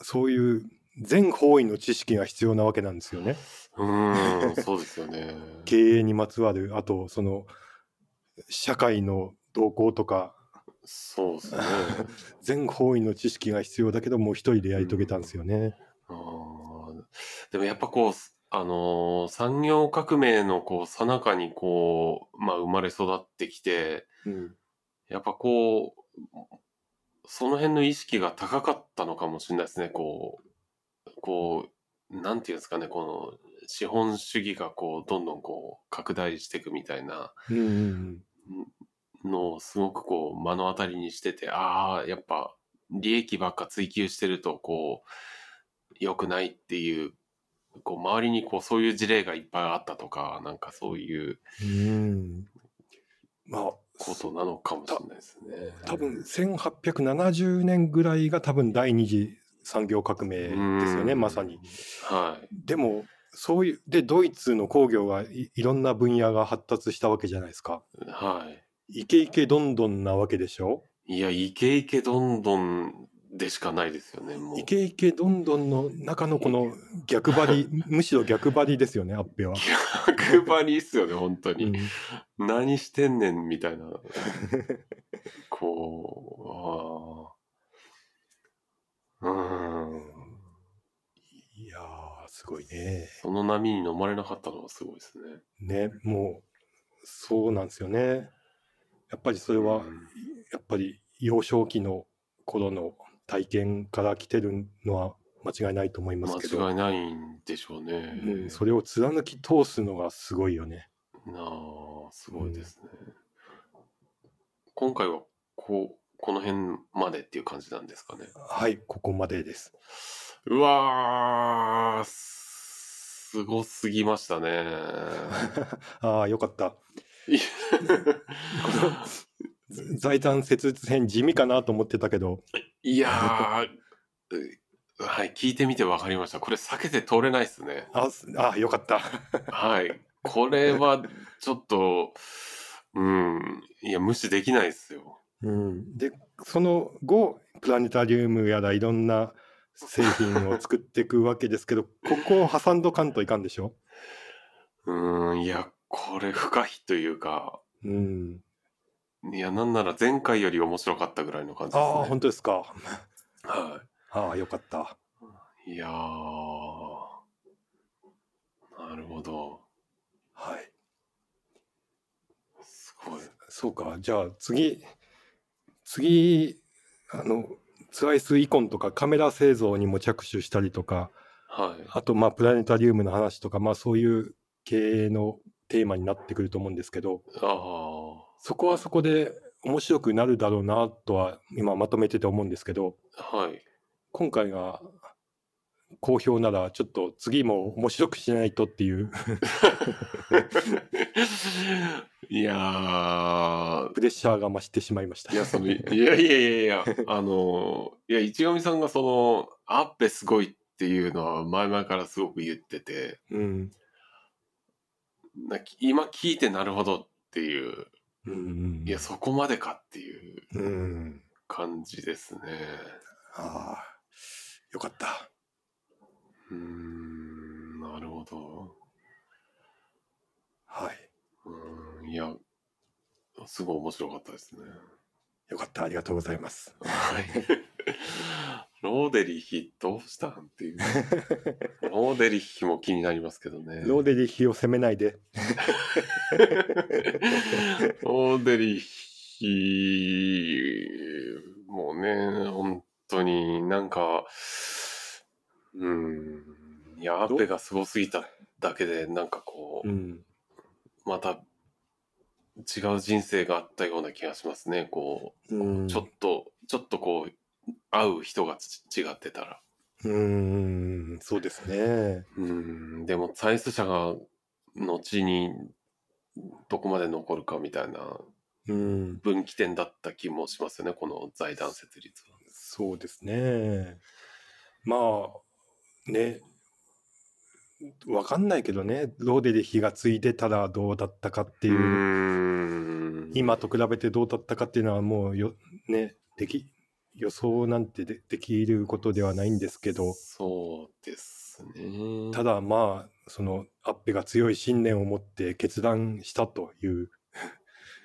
[SPEAKER 1] そういう全方位の知識が必要なわけなんですよね。*laughs*
[SPEAKER 2] うーん、そうですよね。
[SPEAKER 1] 経営にまつわる、あと、その、社会の動向とか、
[SPEAKER 2] そうですね。
[SPEAKER 1] 全方位の知識が必要だけどもう一人でやり遂げたんですよね。
[SPEAKER 2] あーでもやっぱこう、あのー産業革命のこう、最中にこう、まあ、生まれ育ってきて、
[SPEAKER 1] うん、
[SPEAKER 2] やっぱこう、その辺の意識が高かったのかもしれないですね。こう、こう、なんていうんですかね、この資本主義がこう、どんどんこう、拡大していくみたいな
[SPEAKER 1] うんうん
[SPEAKER 2] のをすごくこう、目の当たりにしてて、ああ、やっぱ、利益ばっか追求してると、こう、良くないっていうこう周りにこうそういう事例がいっぱいあったとか、なんかそういう
[SPEAKER 3] うん。
[SPEAKER 1] まあ
[SPEAKER 2] ことなのかもしれないですね。
[SPEAKER 1] 多分1870年ぐらいが多分第二次産業革命ですよね
[SPEAKER 2] うん
[SPEAKER 1] まさに。
[SPEAKER 2] はい。
[SPEAKER 1] でもそういうでドイツの工業がいいろんな分野が発達したわけじゃないですか。
[SPEAKER 2] は
[SPEAKER 1] イケイケどんどんなわけでしょ
[SPEAKER 2] い。いや、イケイケどんどんでしかないですよね、もう。
[SPEAKER 1] イケイケどんどんの中のこの逆張りむしろ逆張りですよねアッペは。
[SPEAKER 2] 逆張りっすよね、本当
[SPEAKER 1] う
[SPEAKER 2] に。
[SPEAKER 1] ん
[SPEAKER 2] 何してんねん、み
[SPEAKER 1] *laughs*
[SPEAKER 2] たいな。こう、ああ。うん。
[SPEAKER 1] いやーすごいね。
[SPEAKER 2] その波に飲まれなかったのはすごいですね。
[SPEAKER 1] ねもうそうなんですよね。やっぱりそれは
[SPEAKER 2] うん
[SPEAKER 1] やっぱり幼少期の頃の体験から来てるのは間違いないと思いますけど、
[SPEAKER 2] 間違いないんでしょうね。
[SPEAKER 1] うん、それを貫き通すのがすごいよね。
[SPEAKER 2] なあ、すごいですね。今回は、こう、この辺までっていう感じなんですかね。
[SPEAKER 1] はい、ここまでです。 *laughs*
[SPEAKER 2] うわー、すごすぎましたね。
[SPEAKER 1] ああ、よかった。
[SPEAKER 2] い
[SPEAKER 1] 財団設立編地味かなと思ってたけど、
[SPEAKER 2] いやー、うはい、聞いてみて分かりました。これ避けて通れないですね。
[SPEAKER 1] あすあー、よかった。
[SPEAKER 2] はい。これは、ちょっと、うん、いや、無視できないですよ。
[SPEAKER 1] うん、で、その後、プラネタリウムやらいろんな製品を作っていくわけですけど、ここを挟んどかんといかんでしょ。
[SPEAKER 2] うん、いや、これ不可避というか、
[SPEAKER 1] うん、
[SPEAKER 2] いや、なんなら前回より面白かったぐらいの感じですね。
[SPEAKER 1] ああ、本当ですか。
[SPEAKER 2] は
[SPEAKER 1] ああ、よかった。
[SPEAKER 2] い。いやー、なるほど。
[SPEAKER 1] はい。
[SPEAKER 2] すごい。
[SPEAKER 1] そうか、じゃあ次、次、あの、スライスイコンとかカメラ製造にも着手したりとか、
[SPEAKER 2] はい。
[SPEAKER 1] あと、まあ、プラネタリウムの話とか、まあ、そういう経営のテーマになってくると思うんですけど、
[SPEAKER 2] ああ、
[SPEAKER 1] そこはそこで面白くなるだろうなとは、今まとめてて思うんですけど、
[SPEAKER 2] はい。
[SPEAKER 1] 今回が好評なら、ちょっと次も面白くしないとっていう
[SPEAKER 2] いやー、
[SPEAKER 1] プレッシャーが増してしまいました。
[SPEAKER 2] いや、その、いやいやいやいや、あの、いや、市上さんがその、アッペすごいっていうのは前々からすごく言ってて、
[SPEAKER 1] *laughs* うん。
[SPEAKER 2] な今聞いてなるほどっていう、
[SPEAKER 1] うんうん。
[SPEAKER 2] いや、そこまでかっていう
[SPEAKER 1] うん。
[SPEAKER 2] 感じですね。
[SPEAKER 1] ああ、よかった。
[SPEAKER 2] うーん、なるほど。
[SPEAKER 1] はい。
[SPEAKER 2] うーん、いや、すごい面白かったですね。
[SPEAKER 1] よかった。ありがとうございます。
[SPEAKER 2] はい。ローデリヒどうしたんって
[SPEAKER 1] *laughs*
[SPEAKER 2] いう。ローデリヒも気になりますけどね。
[SPEAKER 1] ローデリヒを責めないで。
[SPEAKER 2] オーデリヒもうね、本当になんか、うん、いや、アッペがすごすぎただけで、なんかこう、
[SPEAKER 1] ん。
[SPEAKER 2] また違う人生があったような気がしますね。こう、ちょっと、ちょっとこう、会う人がち違ってたら。
[SPEAKER 1] うん、そうですね。
[SPEAKER 2] うん、でも、サイス社が後にどこまで残るかみたいな
[SPEAKER 1] うん、
[SPEAKER 2] 分岐点だった気もしますよね、この財団設立は。
[SPEAKER 1] そうですね。まあ、ね、わかんないけどね、ローデリヒが継いでたらどうだったかって
[SPEAKER 2] う
[SPEAKER 1] いう、
[SPEAKER 2] ーん
[SPEAKER 1] 今と比べてどうだったかっていうのはもうよ、ね、でき、予想なんてでできることではないんですけど、
[SPEAKER 2] そうですね。
[SPEAKER 1] ただまあ、そのアッペが強い信念を持って決断したという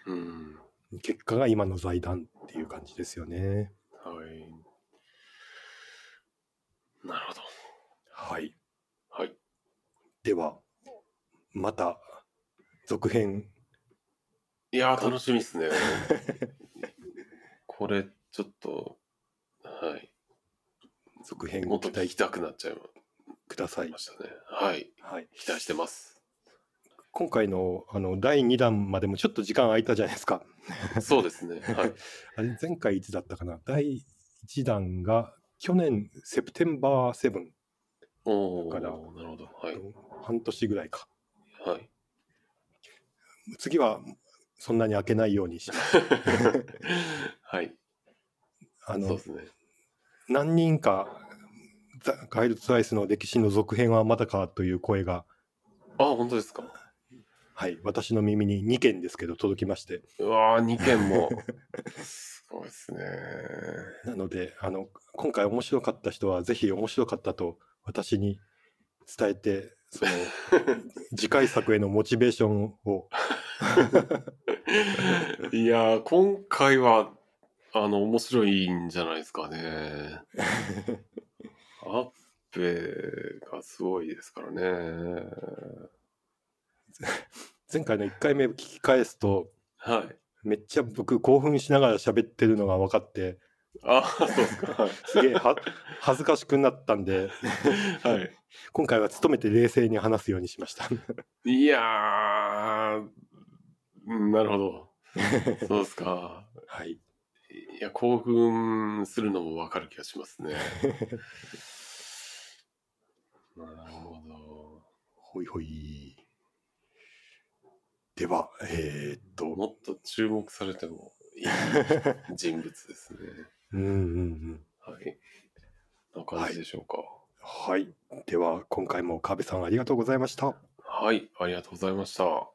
[SPEAKER 2] うん、
[SPEAKER 1] 結果が今の財団っていう感じですよね。
[SPEAKER 2] はい。なるほど。
[SPEAKER 1] はい。
[SPEAKER 2] はい。
[SPEAKER 1] では、また、続編。
[SPEAKER 2] いやー、楽しみで
[SPEAKER 1] *laughs*
[SPEAKER 2] すね。これ、ちょっと、はい。
[SPEAKER 1] 続編
[SPEAKER 2] も
[SPEAKER 1] を
[SPEAKER 2] っと
[SPEAKER 1] 期
[SPEAKER 2] 聞
[SPEAKER 1] 待
[SPEAKER 2] きたくなっちゃい
[SPEAKER 1] ください
[SPEAKER 2] ま。したね。はい。
[SPEAKER 1] はい。
[SPEAKER 2] 期待してます。
[SPEAKER 1] 今回の、あの、第2弾までもちょっと時間空いたじゃないですか。
[SPEAKER 2] そうですね。はい。
[SPEAKER 1] あれ、前回いつだったかな第1弾が、去年、セプテンバーセブン。
[SPEAKER 2] おお
[SPEAKER 1] だから
[SPEAKER 2] なるほど。はい。
[SPEAKER 1] 半年ぐらいか。
[SPEAKER 2] *laughs* はい。
[SPEAKER 1] 次はそんなに開けないようにし
[SPEAKER 2] はい。
[SPEAKER 1] あ
[SPEAKER 2] そう
[SPEAKER 1] の
[SPEAKER 2] ですね。
[SPEAKER 1] 何人かザガイルツアイスの歴史の続編はまだかという声が、
[SPEAKER 2] あ、本当ですか。
[SPEAKER 1] はい、私の耳に2件ですけど届きまして
[SPEAKER 2] うわあ、二件も。すごいですね。 *laughs*
[SPEAKER 1] なのであの今回面白かった人はぜひ面白かったと私に伝えてそ *laughs* の次回作へのモチベーション *laughs* を
[SPEAKER 2] いやー、今回は、あの、面白いんじゃないですかね。アッペがすごいですからね。
[SPEAKER 1] 前回の1回目聞き返すと
[SPEAKER 2] はい。
[SPEAKER 1] めっちゃ僕興奮しながら喋ってるのが分かって
[SPEAKER 2] あ、そうですか。はい
[SPEAKER 1] すげえは恥ずかしくなったんで
[SPEAKER 2] はい。
[SPEAKER 1] 今回は努めて冷静に話すようにしました。
[SPEAKER 2] いやー、うんなるほど。そうですか。
[SPEAKER 1] *laughs* はい、
[SPEAKER 2] いや、興奮するのもわかる気がします *laughs* ね。なるほど。
[SPEAKER 1] ほいほい。では、えーっと、
[SPEAKER 2] もっと注目されても *laughs* いい人物ですね。
[SPEAKER 1] うんうんうん。
[SPEAKER 2] はい。こんな感じでしょうか。
[SPEAKER 1] はい。では、今回も壁さんありがとうございました。
[SPEAKER 2] はい、ありがとうございました。